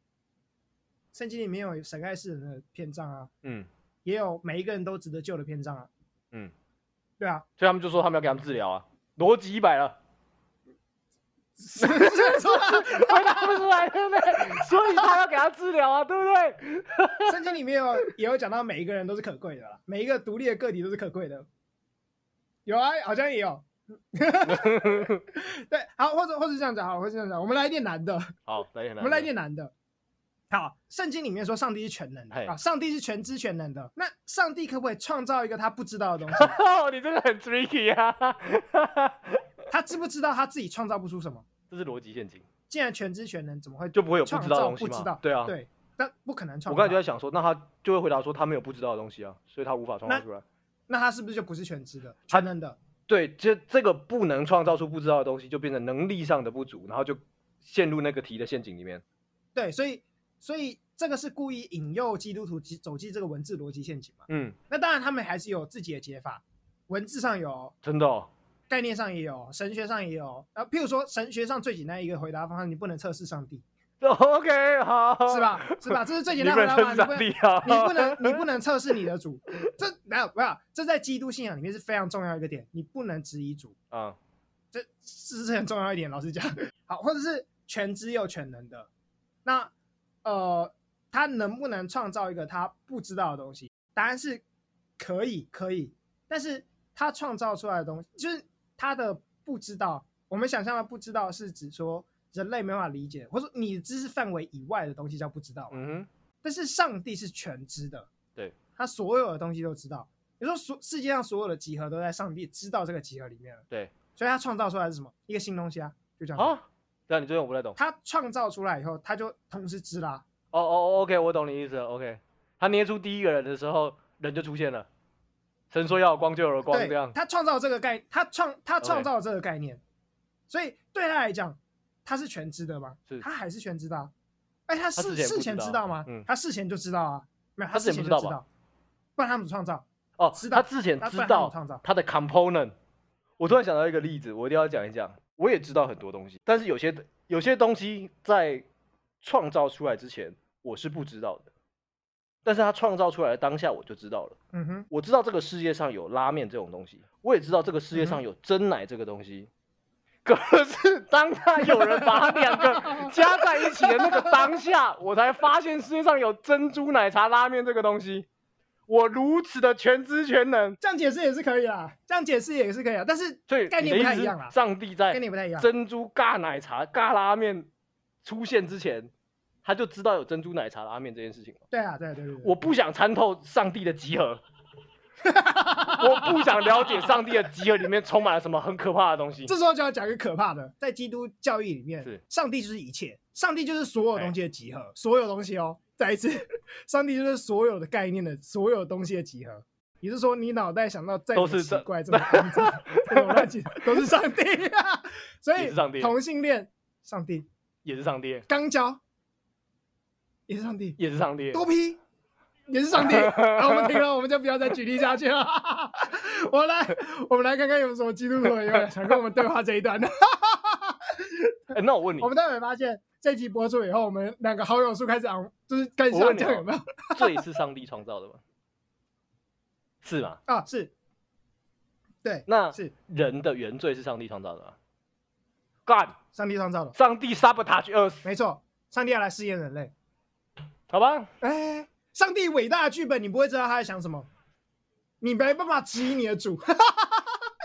Speaker 2: 圣经里面有神爱世人的篇章啊，
Speaker 1: 嗯，
Speaker 2: 也有每一个人都值得救的篇章啊。
Speaker 1: 嗯，
Speaker 2: 对啊，
Speaker 1: 所以他们就说他们要给他们治疗 啊，逻辑一百了，
Speaker 2: 所以说
Speaker 1: 回答不出来，对不对？所以他要给他治疗啊，对不对？
Speaker 2: 圣经里面有也有讲到每一个人都是可贵的啦，每一个独立的个体都是可贵的。有啊，好像也有。 对，好，或者或者这样讲，好，或者这样讲，我们来一点难的，
Speaker 1: 好，来一点
Speaker 2: 我们来一点难的。好，圣经里面说上帝是全能的
Speaker 1: 嘿
Speaker 2: 啊，上帝是全知全能的。那上帝可不可以创造一个他不知道的东西？
Speaker 1: 哦，你这个很 tricky 啊，
Speaker 2: 他知不知道他自己创造不出什么？
Speaker 1: 这是逻辑陷阱，
Speaker 2: 既然全知全能，怎么会
Speaker 1: 就不会有不
Speaker 2: 创
Speaker 1: 知道的
Speaker 2: 造
Speaker 1: 东西
Speaker 2: 不
Speaker 1: 嘛？
Speaker 2: 知道？
Speaker 1: 对啊，
Speaker 2: 对，那不可能创
Speaker 1: 我
Speaker 2: 造。
Speaker 1: 刚才就在想说，那他就会回答说他没有不知道的东西啊，所以他无法创造
Speaker 2: 那
Speaker 1: 出来。
Speaker 2: 那他是不是就不是全知 的、全能的？
Speaker 1: 对，这这个不能创造出不知道的东西，就变成能力上的不足，然后就陷入那个题的陷阱里面。
Speaker 2: 对，所以所以这个是故意引诱基督徒走走进这个文字逻辑陷阱嘛？
Speaker 1: 嗯，
Speaker 2: 那当然，他们还是有自己的解法，文字上有，
Speaker 1: 真的、哦，
Speaker 2: 概念上也有，神学上也有。啊，譬如说神学上最简单一个回答方案，你不能测试上帝，
Speaker 1: OK，好，
Speaker 2: 是？吧？是吧？这是最
Speaker 1: 你
Speaker 2: 简
Speaker 1: 不
Speaker 2: 单的回
Speaker 1: 能称
Speaker 2: 答方
Speaker 1: 上
Speaker 2: 案，你
Speaker 1: 帝啊！
Speaker 2: 不 能，你不能，你不能测试你的主。这没有没有，这在基督信仰里面是非常重要一个点，你不能质疑主，
Speaker 1: 啊，
Speaker 2: 这这是很重要一点。老实讲，好，或者是全知又全能的，那呃，他能不能创造一个他不知道的东西？答案是可以，可以。但是他创造出来的东西，就是他的不知道。我们想象的不知道是指说人类没办法理解，或者说你的知识范围以外的东西叫不知道。
Speaker 1: 嗯哼，
Speaker 2: 但是上帝是全知的，
Speaker 1: 对，
Speaker 2: 他所有的东西都知道，你说所世界上所有的集合都在上帝知道这个集合里面了，
Speaker 1: 对，
Speaker 2: 所以他创造出来是什么？一个新东西啊，就这样。
Speaker 1: 啊，对啊，你这边我不太懂。
Speaker 2: 他创造出来以后，他就同时知啦、
Speaker 1: 哦哦，OK，我懂你意思了。OK，他捏出第一个人的时候，人就出现了。神说要有光就有了光，这
Speaker 2: 对
Speaker 1: 样，
Speaker 2: 他创造这个概，他创他
Speaker 1: OK
Speaker 2: 创造这个概念所以对他来讲，他是全知的吗？
Speaker 1: 是
Speaker 2: 他还是全知的啊、哎，他
Speaker 1: 他
Speaker 2: 事
Speaker 1: 事前不
Speaker 2: 事前
Speaker 1: 知道
Speaker 2: 知道吗？
Speaker 1: 嗯
Speaker 2: 他事前就知道啊，没有，
Speaker 1: 他事
Speaker 2: 事
Speaker 1: 前
Speaker 2: 前
Speaker 1: 不
Speaker 2: 就
Speaker 1: 知道吧
Speaker 2: 道，不然他们创造，
Speaker 1: 哦
Speaker 2: 知，
Speaker 1: 他
Speaker 2: 道
Speaker 1: 之前
Speaker 2: 他不
Speaker 1: 知
Speaker 2: 然他们
Speaker 1: 道
Speaker 2: 创造，
Speaker 1: 他的 component。我突然想到一个例子，我一定要讲一讲。我也知道很多东西，但是有些有些东西在创造出来之前，我是不知道的。但是他创造出来的当下，我就知道了。
Speaker 2: 嗯哼，
Speaker 1: 我知道这个世界上有拉面这种东西，我也知道这个世界上有真奶这个东西。可是当他有人把它两个加在一起的那个当下，我才发现世界上有珍珠奶茶拉面这个东西。我如此的全知全能，
Speaker 2: 这样解释也是可以啦，这样解释也是可以啊，但是
Speaker 1: 所以
Speaker 2: 概念
Speaker 1: 你
Speaker 2: 不
Speaker 1: 的
Speaker 2: 太
Speaker 1: 意思
Speaker 2: 一
Speaker 1: 是
Speaker 2: 样啦
Speaker 1: 上帝在
Speaker 2: 跟你不太一样，
Speaker 1: 珍珠尬奶茶尬拉面出现之前，他就知道有珍珠奶茶拉面这件事情吗？
Speaker 2: 对啊，对对对对，
Speaker 1: 我不想参透上帝的集 合，我不想了解上帝的集合里面充满了什么很可怕的东西。
Speaker 2: 这时候就要讲一个可怕的，在基督教义里
Speaker 1: 是
Speaker 2: 面，上帝就是一切，上帝就是所有东西的集
Speaker 1: 哎
Speaker 2: 合，所有东西哦。再一次， 上帝就是所有的概念的所有东西的集合。也就是说，你脑袋想到再
Speaker 1: 都
Speaker 2: 怎么
Speaker 1: 是
Speaker 2: 奇
Speaker 1: 这
Speaker 2: 怪、这么肮脏、 这么乱七，都是上帝、 啊。所
Speaker 1: 也
Speaker 2: 以
Speaker 1: 是上帝
Speaker 2: 同性恋，上帝；
Speaker 1: 也是上帝，
Speaker 2: 肛交，也是上帝；
Speaker 1: 也是上帝。
Speaker 2: 多批，也是上帝。好，我们停了，我们就不要再举例下去 了。我来，我们来看看有什么基督徒有没 有想跟我们对话这一段的。
Speaker 1: 哎那我问你
Speaker 2: 我，们待会发现这集播出以后，我们两个好友数开始昂，就是开始
Speaker 1: 我问你
Speaker 2: 下降，
Speaker 1: 哦
Speaker 2: 有没有？
Speaker 1: 罪是上帝创造的吗？是吗？
Speaker 2: 啊，是，对，
Speaker 1: 那
Speaker 2: 是
Speaker 1: 人的原罪是上帝创造的吗？God，
Speaker 2: 上帝创造的，
Speaker 1: 上帝 sabotage us，
Speaker 2: 没错，上帝要来试验人类。
Speaker 1: 好吧？
Speaker 2: 哎，上帝伟大的剧本，你不会知道他在想什么，你没办法质疑你的主。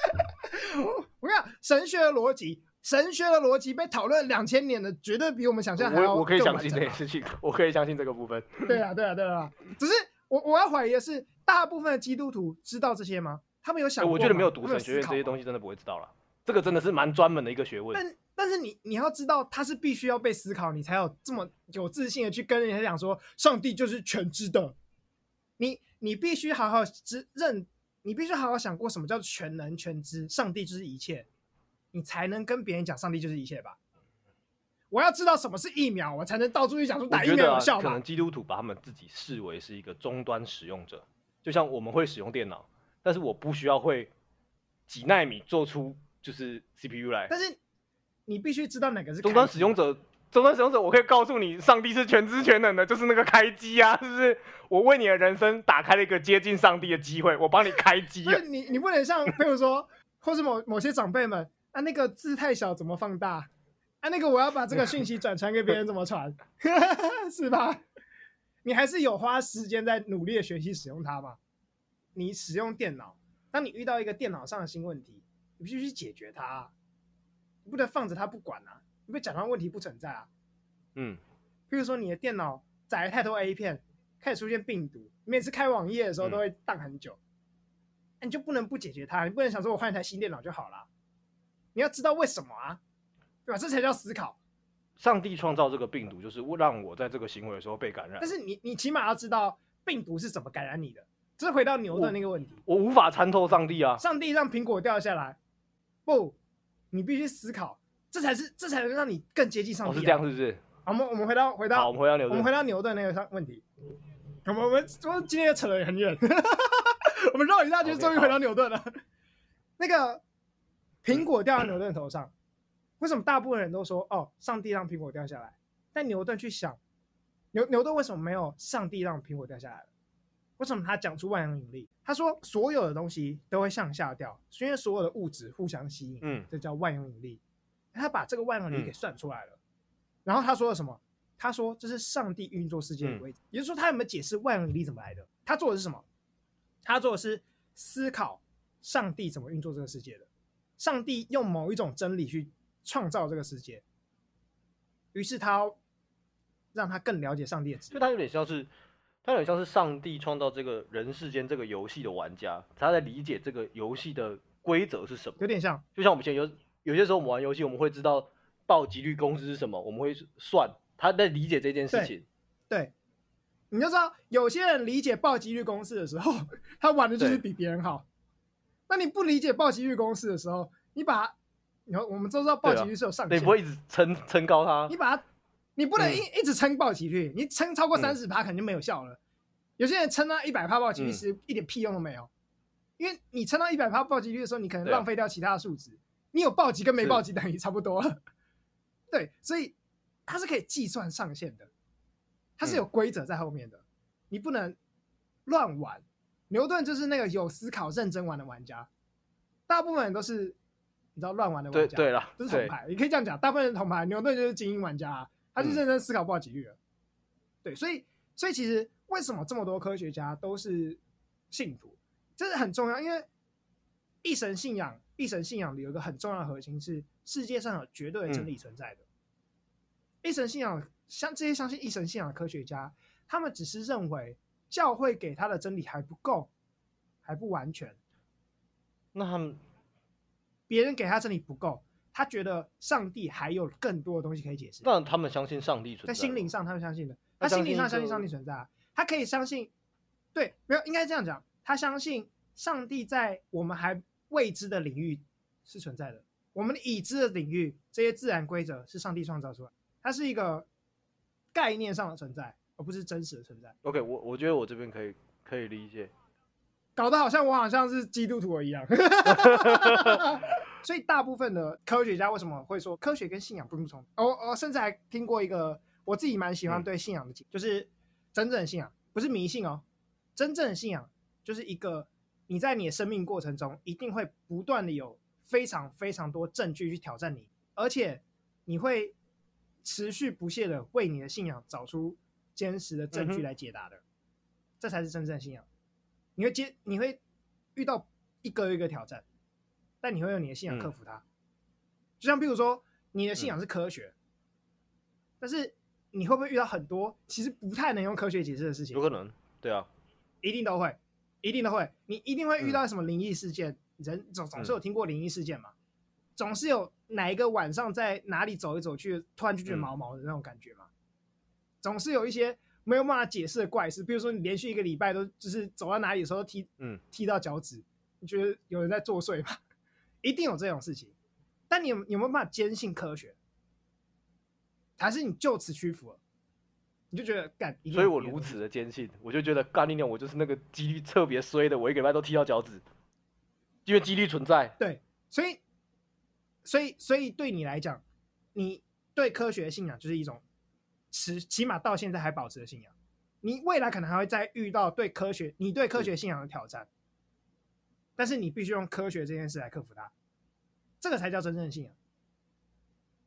Speaker 2: 我跟你讲，神学的逻辑，神学的逻辑被讨论两千年的，绝对比我们想象还要
Speaker 1: 我我可以
Speaker 2: 更
Speaker 1: 相
Speaker 2: 完
Speaker 1: 信
Speaker 2: 整
Speaker 1: 这件事情，我可以相信这个部分。
Speaker 2: 对啊，对啊，对啊。只是我我要怀疑的是，大部分的基督徒知道这些吗？他们有想
Speaker 1: 哎
Speaker 2: 过吗、
Speaker 1: 我觉得没有读
Speaker 2: 他们
Speaker 1: 神学院这些
Speaker 2: 西。
Speaker 1: 东西真的不会知道了，这个真的是蛮专门的一个学问。
Speaker 2: 但但是你你要知道，它是必须要被思考，你才有这么有自信的去跟人家讲说，上帝就是全知的。你你必须好好知认，你必须好好想过什么叫全能全知，上帝就是一切，你才能跟别人讲上帝就是一切吧。我要知道什么是疫苗，我才能到处去讲说
Speaker 1: 我
Speaker 2: 打疫
Speaker 1: 觉得、
Speaker 2: 苗
Speaker 1: 啊
Speaker 2: 有效、
Speaker 1: 可
Speaker 2: 吧。
Speaker 1: 能基督徒把他们自己视为是一个终端使用者，就像我们会使用电脑，但是我不需要会几纳米做出就是 CPU 来。
Speaker 2: 但是你必须知道哪个是
Speaker 1: 终端
Speaker 2: 开
Speaker 1: 使
Speaker 2: 机啊
Speaker 1: 用者，终端使用者，我可以告诉你，上帝是全知全能的，就是那个开机啊，是不是？我为你的人生打开了一个接近上帝的机会，我帮你开机啊
Speaker 2: 不
Speaker 1: 了
Speaker 2: 是。你，你不能像比如说，或是某某些长辈们啊，那个字太小怎么放大？啊，那个我要把这个讯息转传给别人怎么传？ 是吧？你还是有花时间在努力的学习使用它嘛？你使用电脑，当你遇到一个电脑上的新问题，你必须去解决它啊、你不能放着它不管啊！你不能假装问题不存在啊！
Speaker 1: 嗯，
Speaker 2: 比如说你的电脑载了太多 A 片，开始出现病毒，每次开网页的时候
Speaker 1: 嗯
Speaker 2: 都会荡很久，那你就不能不解决它，你不能想说我换一台新电脑就好啦。你要知道为什么啊，对吧？这才叫思考。
Speaker 1: 上帝创造这个病毒，就是让我在这个行为的时候被感染
Speaker 2: 但。是你你起码要知道病毒是怎么感染你的，这是回到牛顿那个问题。
Speaker 1: 我无法参透上帝啊！
Speaker 2: 上帝让苹果掉下来，不，你必须思考，这才是这才能让你更接近上帝、
Speaker 1: 哦，
Speaker 2: 啊。
Speaker 1: 是这样，是不是？
Speaker 2: 好。我们我们回到回
Speaker 1: 好，
Speaker 2: 到
Speaker 1: 我们回到牛
Speaker 2: 我们
Speaker 1: 顿
Speaker 2: 回。到牛顿那个上问题，我们我们我们今天也扯得很远， 我们绕一大圈，
Speaker 1: OK，
Speaker 2: 终于回到牛顿了。那个苹果掉到牛顿头上，为什么大部分人都说哦，上帝让苹果掉下来？但牛顿去想，牛牛顿为什么没有上帝让苹果掉下来了？为什么他讲出万有引力？他说所有的东西都会向下掉，是因为所有的物质互相吸引。
Speaker 1: 嗯，
Speaker 2: 这叫万有引力。他把这个万有引力
Speaker 1: 嗯
Speaker 2: 给算出来了，然后他说了什么？他说这是上帝运作世
Speaker 1: 嗯
Speaker 2: 界的规则，也就是说他有没有解释万有引力怎么来的？他做的是什么？他做的是思考上帝怎么运作这个世界的，上帝用某一种真理去创造这个世界，于是他要让他更了解上帝的旨
Speaker 1: 就
Speaker 2: 意。
Speaker 1: 它有点像是他很像是上帝创造这个人世间这个游戏的玩家，他在理解这个游戏的规则是什么。
Speaker 2: 有点像，
Speaker 1: 就像我们以前有有些时候我们玩游戏，我们会知道暴击率公式是什么，我们会算。他在理解这件事
Speaker 2: 对
Speaker 1: 情，
Speaker 2: 对。你就知道，有些人理解暴击率公式的时候，他玩的就是
Speaker 1: 对
Speaker 2: 比别人好。那你不理解暴击率公式的时候，你把，你看我们都知道暴击率是有上
Speaker 1: 你
Speaker 2: 限
Speaker 1: 不
Speaker 2: 的，
Speaker 1: 会一直撑撑高它
Speaker 2: 你。把它，你不能
Speaker 1: 啊嗯
Speaker 2: 一一直撑暴击率，你撑超过
Speaker 1: 嗯
Speaker 2: 三十趴肯定没有效了。有些人撑到一百趴暴击率，
Speaker 1: 嗯
Speaker 2: 其实一点屁用都没有，因为你撑到一百趴暴击率的时候，你可能
Speaker 1: 对啊
Speaker 2: 浪费掉其他的数值，你有暴击跟没
Speaker 1: 是
Speaker 2: 暴击等于差不多了。对，所以它是可以计算上限的，它
Speaker 1: 嗯
Speaker 2: 是有规则在后面的，你不能乱玩。牛顿就是那个有思考、认真玩的玩家，大部分人都是你知道乱玩的
Speaker 1: 对
Speaker 2: 玩家，
Speaker 1: 对啦，
Speaker 2: 这是铜
Speaker 1: 对
Speaker 2: 牌，你可以这样讲，大部分人铜牌，牛顿就是精英玩家、啊，他就认真思考暴击率了。对，所以所以其实为什么这么多科学家都是信徒，这是很重要，因为一神信仰，一神信仰里有一个很重要的核心是世界上有绝对的真理存在的。一神信仰，像这些相信一神信仰的科学家，他们只是认为教会给他的真理还不够，还不完全，
Speaker 1: 那他们
Speaker 2: 别人给他真理不够，他觉得上帝还有更多的东西可以解释。
Speaker 1: 那他们相信上帝存在
Speaker 2: 在
Speaker 1: 吗，
Speaker 2: 心灵上他们相信的，
Speaker 1: 他
Speaker 2: 他
Speaker 1: 相
Speaker 2: 心灵上
Speaker 1: 信
Speaker 2: 相
Speaker 1: 就
Speaker 2: 信上帝存在啊，他可以相信，对，没有应该这样讲，他相信上帝在我们还未知的领域是存在的，我们已知的领域这些自然规则是上帝创造出来的，它是一个概念上的存在，而不是真实的存在，
Speaker 1: OK，我我觉得我这边可以可以理解。
Speaker 2: 搞得好像我好像是基督徒一样。 所以大部分的科学家为什么会说科学跟信仰不冲突？哦哦，甚至还听过一个我自己蛮喜欢
Speaker 1: 嗯
Speaker 2: 对信仰的解，就是真正的信仰不是迷信哦，真正的信仰就是一个你在你的生命过程中一定会不断的有非常非常多证据去挑战你，而且你会持续不懈的为你的信仰找出坚实的证
Speaker 1: 嗯哼
Speaker 2: 据来解答的，这才是真正的信仰。你会接，你会遇到一个又一个挑战，但你会用你的信
Speaker 1: 嗯
Speaker 2: 仰克服它。就像比如说，你的信仰是科学，但是你会不会遇到很多其实不太能用科学解释的事情
Speaker 1: 有？可能，对啊，
Speaker 2: 一定都会，一定都会，你一定会遇到什么灵异事
Speaker 1: 嗯
Speaker 2: 件，人总总是有听过灵异事件嘛，总是有哪一个晚上在哪里走一走去，突然就觉得
Speaker 1: 嗯
Speaker 2: 毛毛的那种感觉嘛，总是有一些没有办法解释的怪事，比如说你连续一个礼拜都就是走到哪里的时候踢，
Speaker 1: 嗯，
Speaker 2: 踢到脚趾，你觉得有人在作祟吗？ 一定有这种事情，但你有有没有办法坚信科学？还是你就此屈服了？你就觉得干，一定
Speaker 1: 所以
Speaker 2: 有
Speaker 1: 我
Speaker 2: 别的
Speaker 1: 如
Speaker 2: 东西
Speaker 1: 此的坚信，我就觉得干你娘，我就是那个几率特别衰的，我一个礼拜都踢到脚趾，因为几率存 在。
Speaker 2: 对，所以，所以，所以对你来讲，你对科学的信仰就是一种持，起码到现在还保持的信仰。你未来可能还会再遇到对科学，你对科学信仰的挑战，但是你必须用科学这件事来克服它，这个才叫真正的信仰。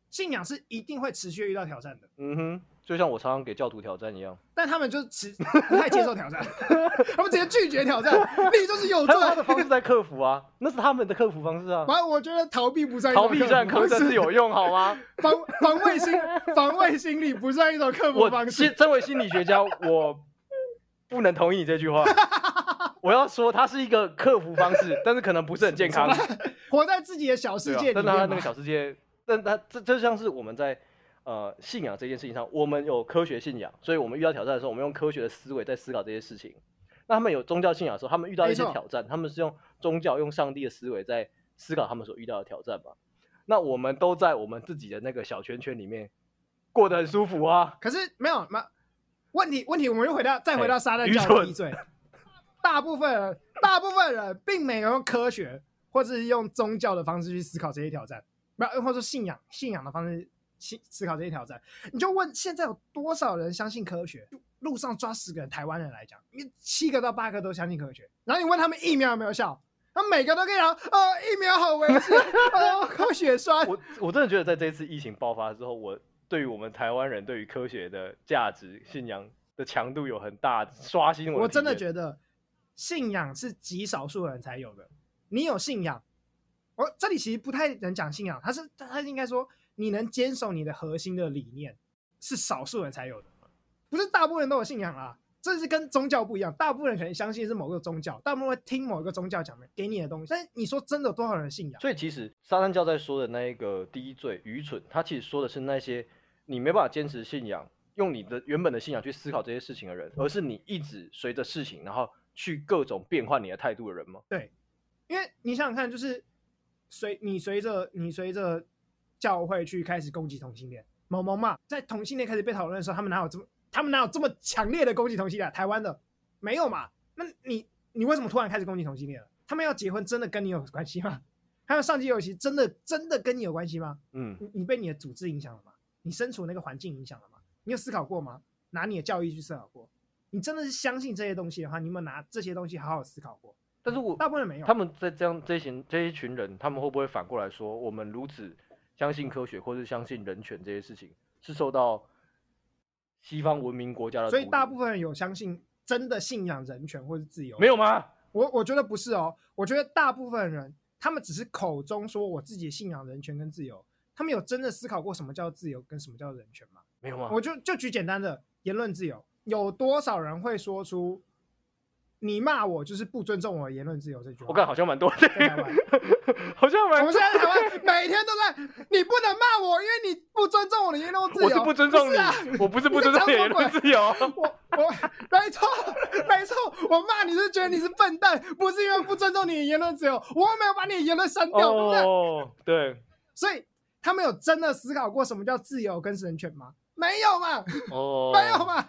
Speaker 2: 信仰是一定会持续遇到挑战的，
Speaker 1: 嗯哼，就像我常常给教徒挑战一样，
Speaker 2: 但他们就持不太接受挑战， 他们直接拒绝挑战，你就是有
Speaker 1: 他
Speaker 2: 罪
Speaker 1: 有。他的方式在克服啊，那是他们的克服方式啊。
Speaker 2: 反正我觉得逃避不算一种
Speaker 1: 逃避
Speaker 2: 克服
Speaker 1: 战抗
Speaker 2: 方
Speaker 1: 争
Speaker 2: 式
Speaker 1: 是有用好吗？
Speaker 2: 防防卫心防卫心理不算一种克服
Speaker 1: 我
Speaker 2: 方
Speaker 1: 心
Speaker 2: 式。
Speaker 1: 身为心理学家，我不能同意你这句 话。我要说，它是一个克服方式，但是可能不是很健康。
Speaker 2: 活在自己的小世
Speaker 1: 对啊
Speaker 2: 界，里
Speaker 1: 但他
Speaker 2: 面
Speaker 1: 那个
Speaker 2: 嘛，
Speaker 1: 小世界，但他这这像是我们在呃信仰这件事情上，我们有科学信仰，所以我们遇到挑战的时候，我们用科学的思维在思考这些事情。那他们有宗教信仰的时候，他们遇到一些
Speaker 2: 没错
Speaker 1: 挑战，他们是用宗教、用上帝的思维在思考他们所遇到的挑战吧。那我们都在我们自己的那个小圈圈里面过得很舒服啊。
Speaker 2: 可是没有嘛？问题问题，我们又回到再回到撒旦
Speaker 1: 哎愚
Speaker 2: 教
Speaker 1: 蠢
Speaker 2: 的罪，大部分人大部分人并没有用科学或者是用宗教的方式去思考这些挑战，没有，或者说信仰信仰的方式思思考这些挑战。你就问现在有多少人相信科学？路上抓十个人台湾人来讲，你七个到八个都相信科学，然后你问他们疫苗有没有效，他们每个都跟你讲，哦，疫苗好危险，哦，喝血栓。
Speaker 1: 我我真的觉得，在这一次疫情爆发之后，我对于我们台湾人对于科学的价值信仰的强度有很大刷新我
Speaker 2: 我真的
Speaker 1: 得，
Speaker 2: 觉得信仰是极少数人才有的。你有信仰，我这里其实不太能讲信仰，它是它应该说你能坚守你的核心的理念是少数人才有的，不是大部分人都有信仰啦。啊这是跟宗教不一样。大部分人可能相信是某个宗教，大部分会听某一个宗教讲的给你的东西。但是你说真的，有多少人信仰？
Speaker 1: 所以其实撒旦教在说的那一个第一罪愚蠢，他其实说的是那些你没办法坚持信仰，用你的原本的信仰去思考这些事情的人，而是你一直随着事情，然后去各种变换你的态度的人吗？
Speaker 2: 因为你想想看，就是随你随着你随着教会去开始攻击同性恋，某某嘛，在同性恋开始被讨论的时候，他们哪有这么他们哪有这么强烈的攻击同性恋啊、台湾的没有嘛？那你你为什么突然开始攻击同性恋了？他们要结婚真的跟你有关系吗？还有上级游戏真的真的跟你有关系吗？
Speaker 1: 嗯，
Speaker 2: 你你被你的组织影响了吗？你身处那个环境影响了吗？你有思考过吗？拿你的教育去思考过？你真的是相信这些东西的话，你有没有拿这些东西好好思考过？
Speaker 1: 但是我
Speaker 2: 大部分人没有。
Speaker 1: 他们在这样这一群这一群人，他们会不会反过来说，我们如此相信科学或是相信人权这些事情，是受到西方文明国家的荼毒？
Speaker 2: 所以大部分人有相信真的信仰人权或是自由？
Speaker 1: 没有吗？
Speaker 2: 我我觉得不是哦，我觉得大部分人他们只是口中说我自己信仰人权跟自由，他们有真的思考过什么叫自由跟什么叫人权吗？
Speaker 1: 没有吗？
Speaker 2: 我就就举简单的言论自由，有多少人会说出你骂我就是不尊重我的言论自由这句话？
Speaker 1: 我看好像蛮多的
Speaker 2: 在台湾，
Speaker 1: 好像
Speaker 2: 我
Speaker 1: 蛮
Speaker 2: 们现在台湾每天都在，你不能骂我，因为你不尊重我的言论自由。
Speaker 1: 我是不尊重你，
Speaker 2: 是啊
Speaker 1: 我不是不
Speaker 2: 你在
Speaker 1: 尊重
Speaker 2: 讲
Speaker 1: 你的
Speaker 2: 什
Speaker 1: 言
Speaker 2: 么
Speaker 1: 论自由。
Speaker 2: 我我没错没错，我骂你是觉得你是笨蛋，不是因为不尊重你的言论自由，我又没有把你的言论删掉，对不对？
Speaker 1: 哦，对，
Speaker 2: 所以他们有真的思考过什么叫自由跟人权吗？没有嘛，
Speaker 1: 哦，
Speaker 2: 没有嘛。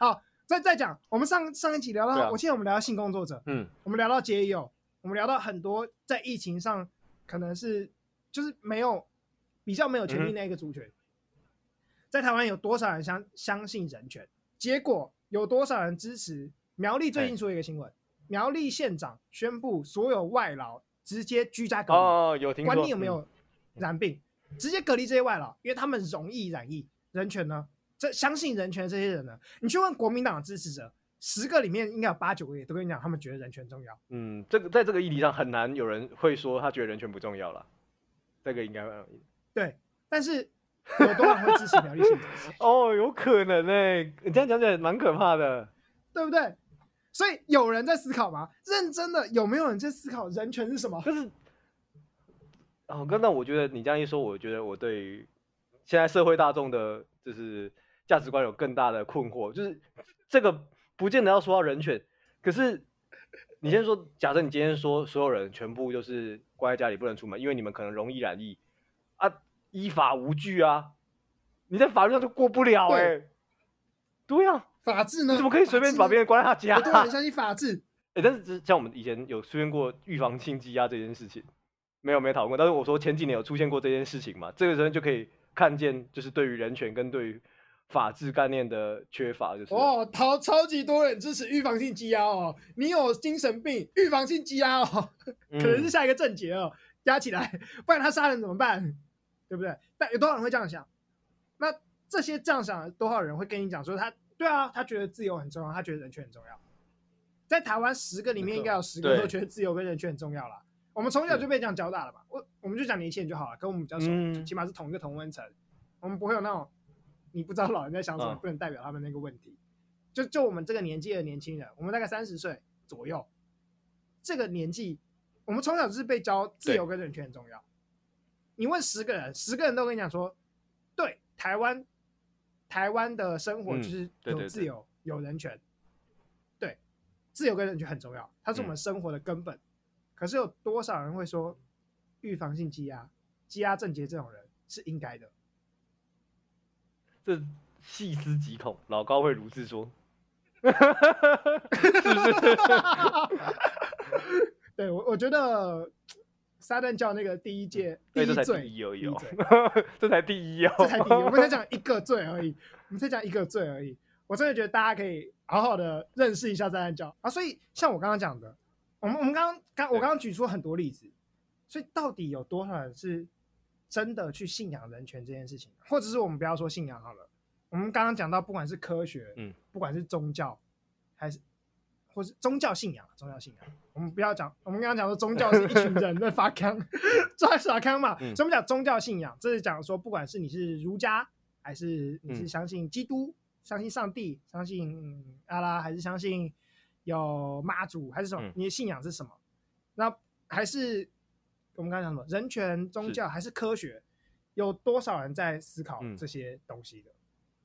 Speaker 2: 好，再再讲，我们上上一集聊
Speaker 1: 对
Speaker 2: 到，
Speaker 1: 啊
Speaker 2: 我记得我们聊到性工作者，
Speaker 1: 嗯，
Speaker 2: 我们聊到街友，我们聊到很多在疫情上可能是就是没有比较没有权利那一个族群，在台湾有多少人相相信人权？结果有多少人支持？苗栗最近出了一个新闻，苗栗县长宣布所有外劳直接居家隔离。
Speaker 1: 哦，有听说，
Speaker 2: 管你有
Speaker 1: 嗯？
Speaker 2: 没有染病，直接隔离这些外劳，因为他们容易染疫。人权呢？这相信人权的这些人呢？你去问国民党的支持者，十个里面应该有八九个也都跟你讲，他们觉得人权重要。
Speaker 1: 嗯，这个在这个议题上很难有人会说他觉得人权不重要了，这个应该
Speaker 2: 对，但是有多少人会支持苗栗县长？
Speaker 1: 哦，有可能呢、你这样讲起来蛮可怕的。
Speaker 2: 对不对？所以有人在思考吗？认真的，有没有人在思考人权是什么？
Speaker 1: 可是，哦，刚刚我觉得你这样一说，我觉得我对于现在社会大众的，就是价值观有更大的困惑。就是这个不见得要说到人权，可是你先说，假设你今天说所有人全部就是关在家里不能出门，因为你们可能容易染疫啊，依法无据啊，你在法律上就过不了哎、
Speaker 2: 对
Speaker 1: 对呀、啊，
Speaker 2: 法治呢？
Speaker 1: 你怎么可以随便把别人关在他家、
Speaker 2: 法治呢？我都
Speaker 1: 啊
Speaker 2: 很？相信法治。
Speaker 1: 哎、但是只像我们以前有出现过预防性积压这件事情，没有没有讨论过。但是我说前几年有出现过这件事情嘛，这个时候就可以看见，就是对于人权跟对于法治概念的缺乏，就是了
Speaker 2: 哦，超超级多人支持预防性积压哦！你有精神病，预防性积压哦。可能是
Speaker 1: 嗯
Speaker 2: 下一个症结哦，压起来，不然他杀人怎么办？对不对？但有多少人会这样想？那这些这样想的多少人会跟你讲说他对啊，他觉得自由很重要，他觉得人权很重要。在台湾十个里面应该有十个
Speaker 1: 对
Speaker 2: 都觉得自由跟人权很重要啦。我们从小就被这样教大了嘛，我我们就讲年轻人就好了，跟我们比较熟，
Speaker 1: 嗯
Speaker 2: 起码是同一个同温层，我们不会有那种你不知道老人在想什么，
Speaker 1: 嗯
Speaker 2: 不能代表他们那个问题。就就我们这个年纪的年轻人，我们大概三十岁左右，这个年纪，我们从小就是被教自由跟人权很重要。你问十个人，十个人都跟你讲说，对，台湾台湾的生活
Speaker 1: 嗯
Speaker 2: 就是
Speaker 1: 对对
Speaker 2: 有
Speaker 1: 对
Speaker 2: 自由、有人权，对，自由跟人权很重要，它是我
Speaker 1: 嗯
Speaker 2: 们生活的根本。可是有多少人会说，预防性积压、积压症结这种人是应该的？
Speaker 1: 这细思极恐，老高会如是 说，是不是？
Speaker 2: 对我，我觉得撒旦教那个第一届第
Speaker 1: 嗯对，
Speaker 2: 一
Speaker 1: 这才
Speaker 2: 罪
Speaker 1: 第一而已哦
Speaker 2: 第一，
Speaker 1: 这才第一哦，
Speaker 2: 这才第一，我们才讲一个罪而已，我们才讲一个罪而已。我真的觉得大家可以好好的认识一下撒旦教啊。所以像我刚刚讲的，我们我们刚刚刚我刚刚举出很多例子，所以到底有多少人是真的去信仰人权这件事情，或者是我们不要说信仰好了，我们刚刚讲到不管是科学，
Speaker 1: 嗯，
Speaker 2: 不管是宗教，还是或是宗教信仰，啊宗教信仰，我们不要讲，我们刚刚讲说宗教是一群人在发 康，在耍康嘛，
Speaker 1: 嗯
Speaker 2: 所以我们讲宗教信仰，这是讲说不管是你是儒家还是你是
Speaker 1: 嗯
Speaker 2: 相信基督、相信上帝，相信、嗯阿拉，还是相信有妈祖，还是什么？
Speaker 1: 嗯
Speaker 2: 你的信仰是什么？那还是我们刚才讲什么人权、宗
Speaker 1: 是
Speaker 2: 教还是科学？有多少人在思考
Speaker 1: 嗯
Speaker 2: 这些东西的？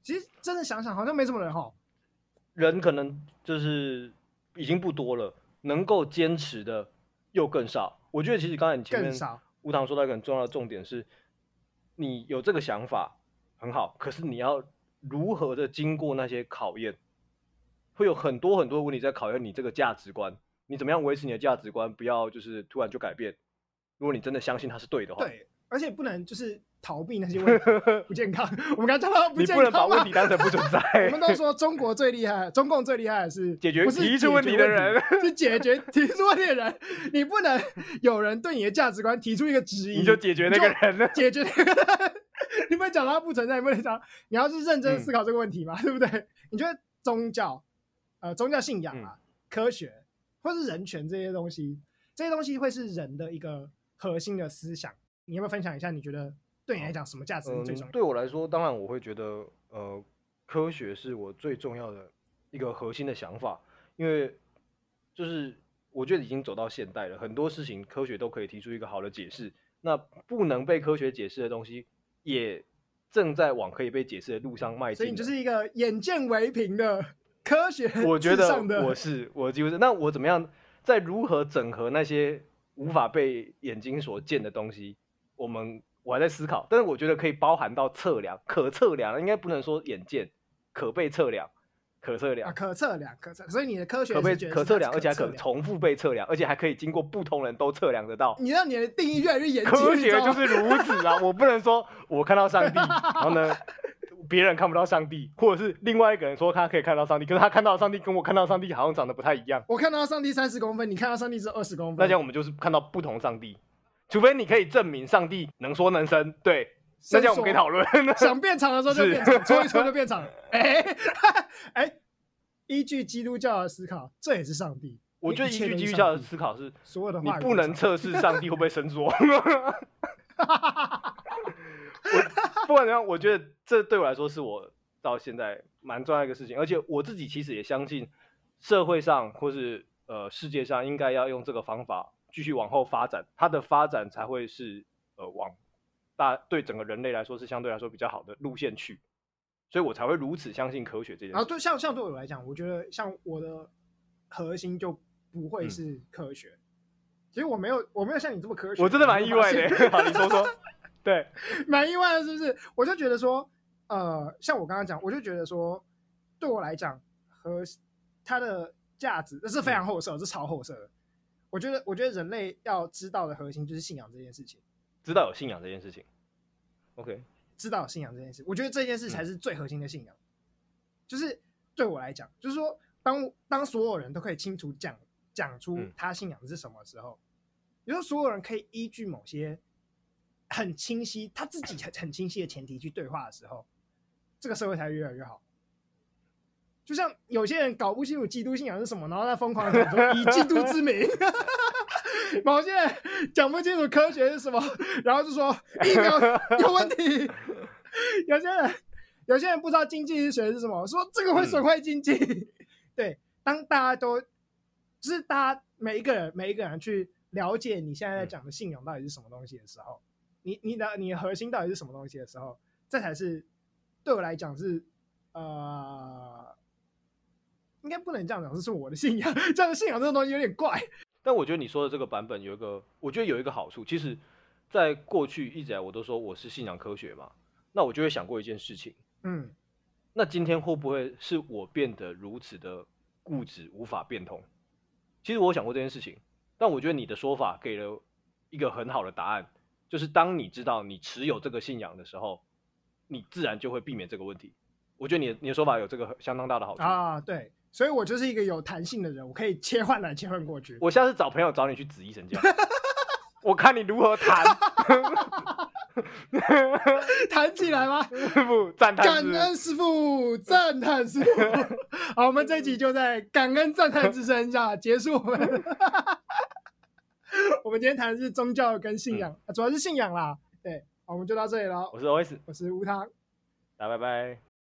Speaker 2: 其实真的想想，好像没什么人哈。
Speaker 1: 人可能就是已经不多了，能够坚持的又更少。我觉得其实刚才你前
Speaker 2: 更
Speaker 1: 面
Speaker 2: 少
Speaker 1: 吴糖说到一个很重要的重点是，你有这个想法很好，可是你要如何的经过那些考验，会有很多很多的问题在考验你这个价值观。你怎么样维持你的价值观，不要就是突然就改变。如果你真的相信它是对的话，
Speaker 2: 对，而且不能就是逃避那些 问题不健康。我们刚才讲到不
Speaker 1: 你
Speaker 2: 健
Speaker 1: 不能把
Speaker 2: 康
Speaker 1: 问
Speaker 2: 嘛
Speaker 1: 题，当成不存
Speaker 2: 我
Speaker 1: 在
Speaker 2: 们。都说中国最厉害，中共最厉害的是
Speaker 1: 解决
Speaker 2: 不是
Speaker 1: 提出
Speaker 2: 解
Speaker 1: 问
Speaker 2: 决
Speaker 1: 题的人
Speaker 2: 问题，是解决提出问题的人。你不能有人对你的价值观提出一个质疑，
Speaker 1: 你就解决那个人了。
Speaker 2: 解决那个人。你不能讲他不存在，你不能讲，你要是认真
Speaker 1: 嗯
Speaker 2: 思考这个问题嘛，对不对？你觉得宗教，呃，宗教信仰
Speaker 1: 嗯
Speaker 2: 啊，科学或是人权这些东西，这些东西会是人的一个核心的思想。你要不要分享一下？你觉得对你来讲什么价值是最重
Speaker 1: 嗯，
Speaker 2: 要的？
Speaker 1: 对我来说，当然我会觉得，呃，科学是我最重要的一个核心的想法，因为就是我觉得已经走到现代了，很多事情科学都可以提出一个好的解释，那不能被科学解释的东西，也正在往可以被解释的路上迈进了。
Speaker 2: 所以你就是一个眼见为凭的科学
Speaker 1: 我觉
Speaker 2: 至上
Speaker 1: 得
Speaker 2: 的
Speaker 1: 我是我几乎是。那我怎么样在如何整合那些无法被眼睛所见的东西？我们我还在思考，但是我觉得可以包含到测量，可测量应该不能说眼见，可被测量，可测
Speaker 2: 啊
Speaker 1: 量，
Speaker 2: 可测量可测，所以你的科学
Speaker 1: 可被
Speaker 2: 是觉得
Speaker 1: 可
Speaker 2: 是它
Speaker 1: 测
Speaker 2: 是
Speaker 1: 量，而且还可
Speaker 2: 测量。
Speaker 1: 重复被测量，而且还可以经过不同人都测量得到。
Speaker 2: 你让你的定义越来越严谨，
Speaker 1: 科
Speaker 2: 嗯你
Speaker 1: 学
Speaker 2: 知道吗
Speaker 1: 就是如此啊！我不能说我看到上 帝，然后呢，别人看不到上帝，或者是另外一个人说他可以看到上帝，可是他看到的上帝跟我看到的上帝好像长得不太一样。
Speaker 2: 我看到上帝三十公分，你看到上帝只有二十公
Speaker 1: 那
Speaker 2: 分，
Speaker 1: 这样我们就是看到不同上帝，除非你可以证明上帝能说能生，对，那这样我们可以讨论。
Speaker 2: 想变长的时候就是变长，搓一搓就 变长。哎哎，依据基督教的思考，这也是上帝。
Speaker 1: 我觉得依
Speaker 2: 一切
Speaker 1: 据
Speaker 2: 都是
Speaker 1: 基督
Speaker 2: 上
Speaker 1: 教的
Speaker 2: 帝
Speaker 1: 思考是，
Speaker 2: 所有的
Speaker 1: 你
Speaker 2: 话语
Speaker 1: 不
Speaker 2: 都是
Speaker 1: 能
Speaker 2: 上
Speaker 1: 测试上帝会不会伸缩。我不管怎样，我觉得这对我来说是我到现在蛮重要的一个事情，而且我自己其实也相信社会上或是呃世界上应该要用这个方法继续往后发展，它的发展才会是呃往大对整个人类来说是相对来说比较好的路线去，所以我才会如此相信科学这
Speaker 2: 帝。
Speaker 1: 件
Speaker 2: 然后
Speaker 1: 事。
Speaker 2: 啊对像像对我来讲，我觉得像我的核心就不
Speaker 1: 嗯
Speaker 2: 会是科学。其实我没有我没有像你这么科学，
Speaker 1: 我真的蛮意外
Speaker 2: 你
Speaker 1: 的
Speaker 2: 有没有发现，
Speaker 1: 好，你说说，对，
Speaker 2: 蛮意外的，是不是？我就觉得说，呃，像我刚刚讲，我就觉得说，对我来讲，和它的价值这是非常后设，这是超后设的。我觉得，我觉得人类要知道的核心就是信仰这件事情，
Speaker 1: 知道有信仰这件事情，OK。
Speaker 2: 知道有信仰这件事，我觉得这件事才是最核心的信仰。就是对我来讲，就是说，当当所有人都可以清楚讲讲出
Speaker 1: 嗯
Speaker 2: 他信仰是什么时候，也就是所有人可以依据某些很清晰他自己很很清晰的前提去对话的时候，这个社会才会越来越好。就像有些人搞不清楚基督信仰是什么，然后他疯狂的说以基督之名； 某些人讲不清楚科学是什么，然后就说疫苗有问题。 有些人有些人不知道经济学是什么，说这个会损坏经济。 对，当大家都就是大家每一个人每一个人去了解你现在在讲的信仰到底是什么东西的时候，你你的你的核心到底是什么东西的时候，这才是对我来讲是呃，应该不能这样讲，这是我的信仰，这样的信仰这种东西有点怪。
Speaker 1: 但我觉得你说的这个版本有一个，我觉得有一个好处，其实，在过去一直以来我都说我是信仰科学嘛，那我就会想过一件事情，
Speaker 2: 嗯，
Speaker 1: 那今天会不会是我变得如此的固执，无法变通？其实我有想过这件事情，但我觉得你的说法给了一个很好的答案，就是当你知道你持有这个信仰的时候，你自然就会避免这个问题。我觉得你的你的说法有这个相当大的好处。
Speaker 2: 啊，对，所以我就是一个有弹性的人，我可以切换来切换过去。
Speaker 1: 我下次找朋友找你去紫衣神教， 我看你如何谈。
Speaker 2: 弹起来吗？
Speaker 1: 师傅赞叹
Speaker 2: 感
Speaker 1: 之
Speaker 2: 恩师傅，赞叹 师傅。好，我们这一集就在感恩赞叹之声下结束。我们 我们今天谈的是宗教跟信仰，啊主要是信仰啦。对，好，我们就到这里了。
Speaker 1: 我是 OS，
Speaker 2: 我是吴糖。
Speaker 1: 大家拜拜。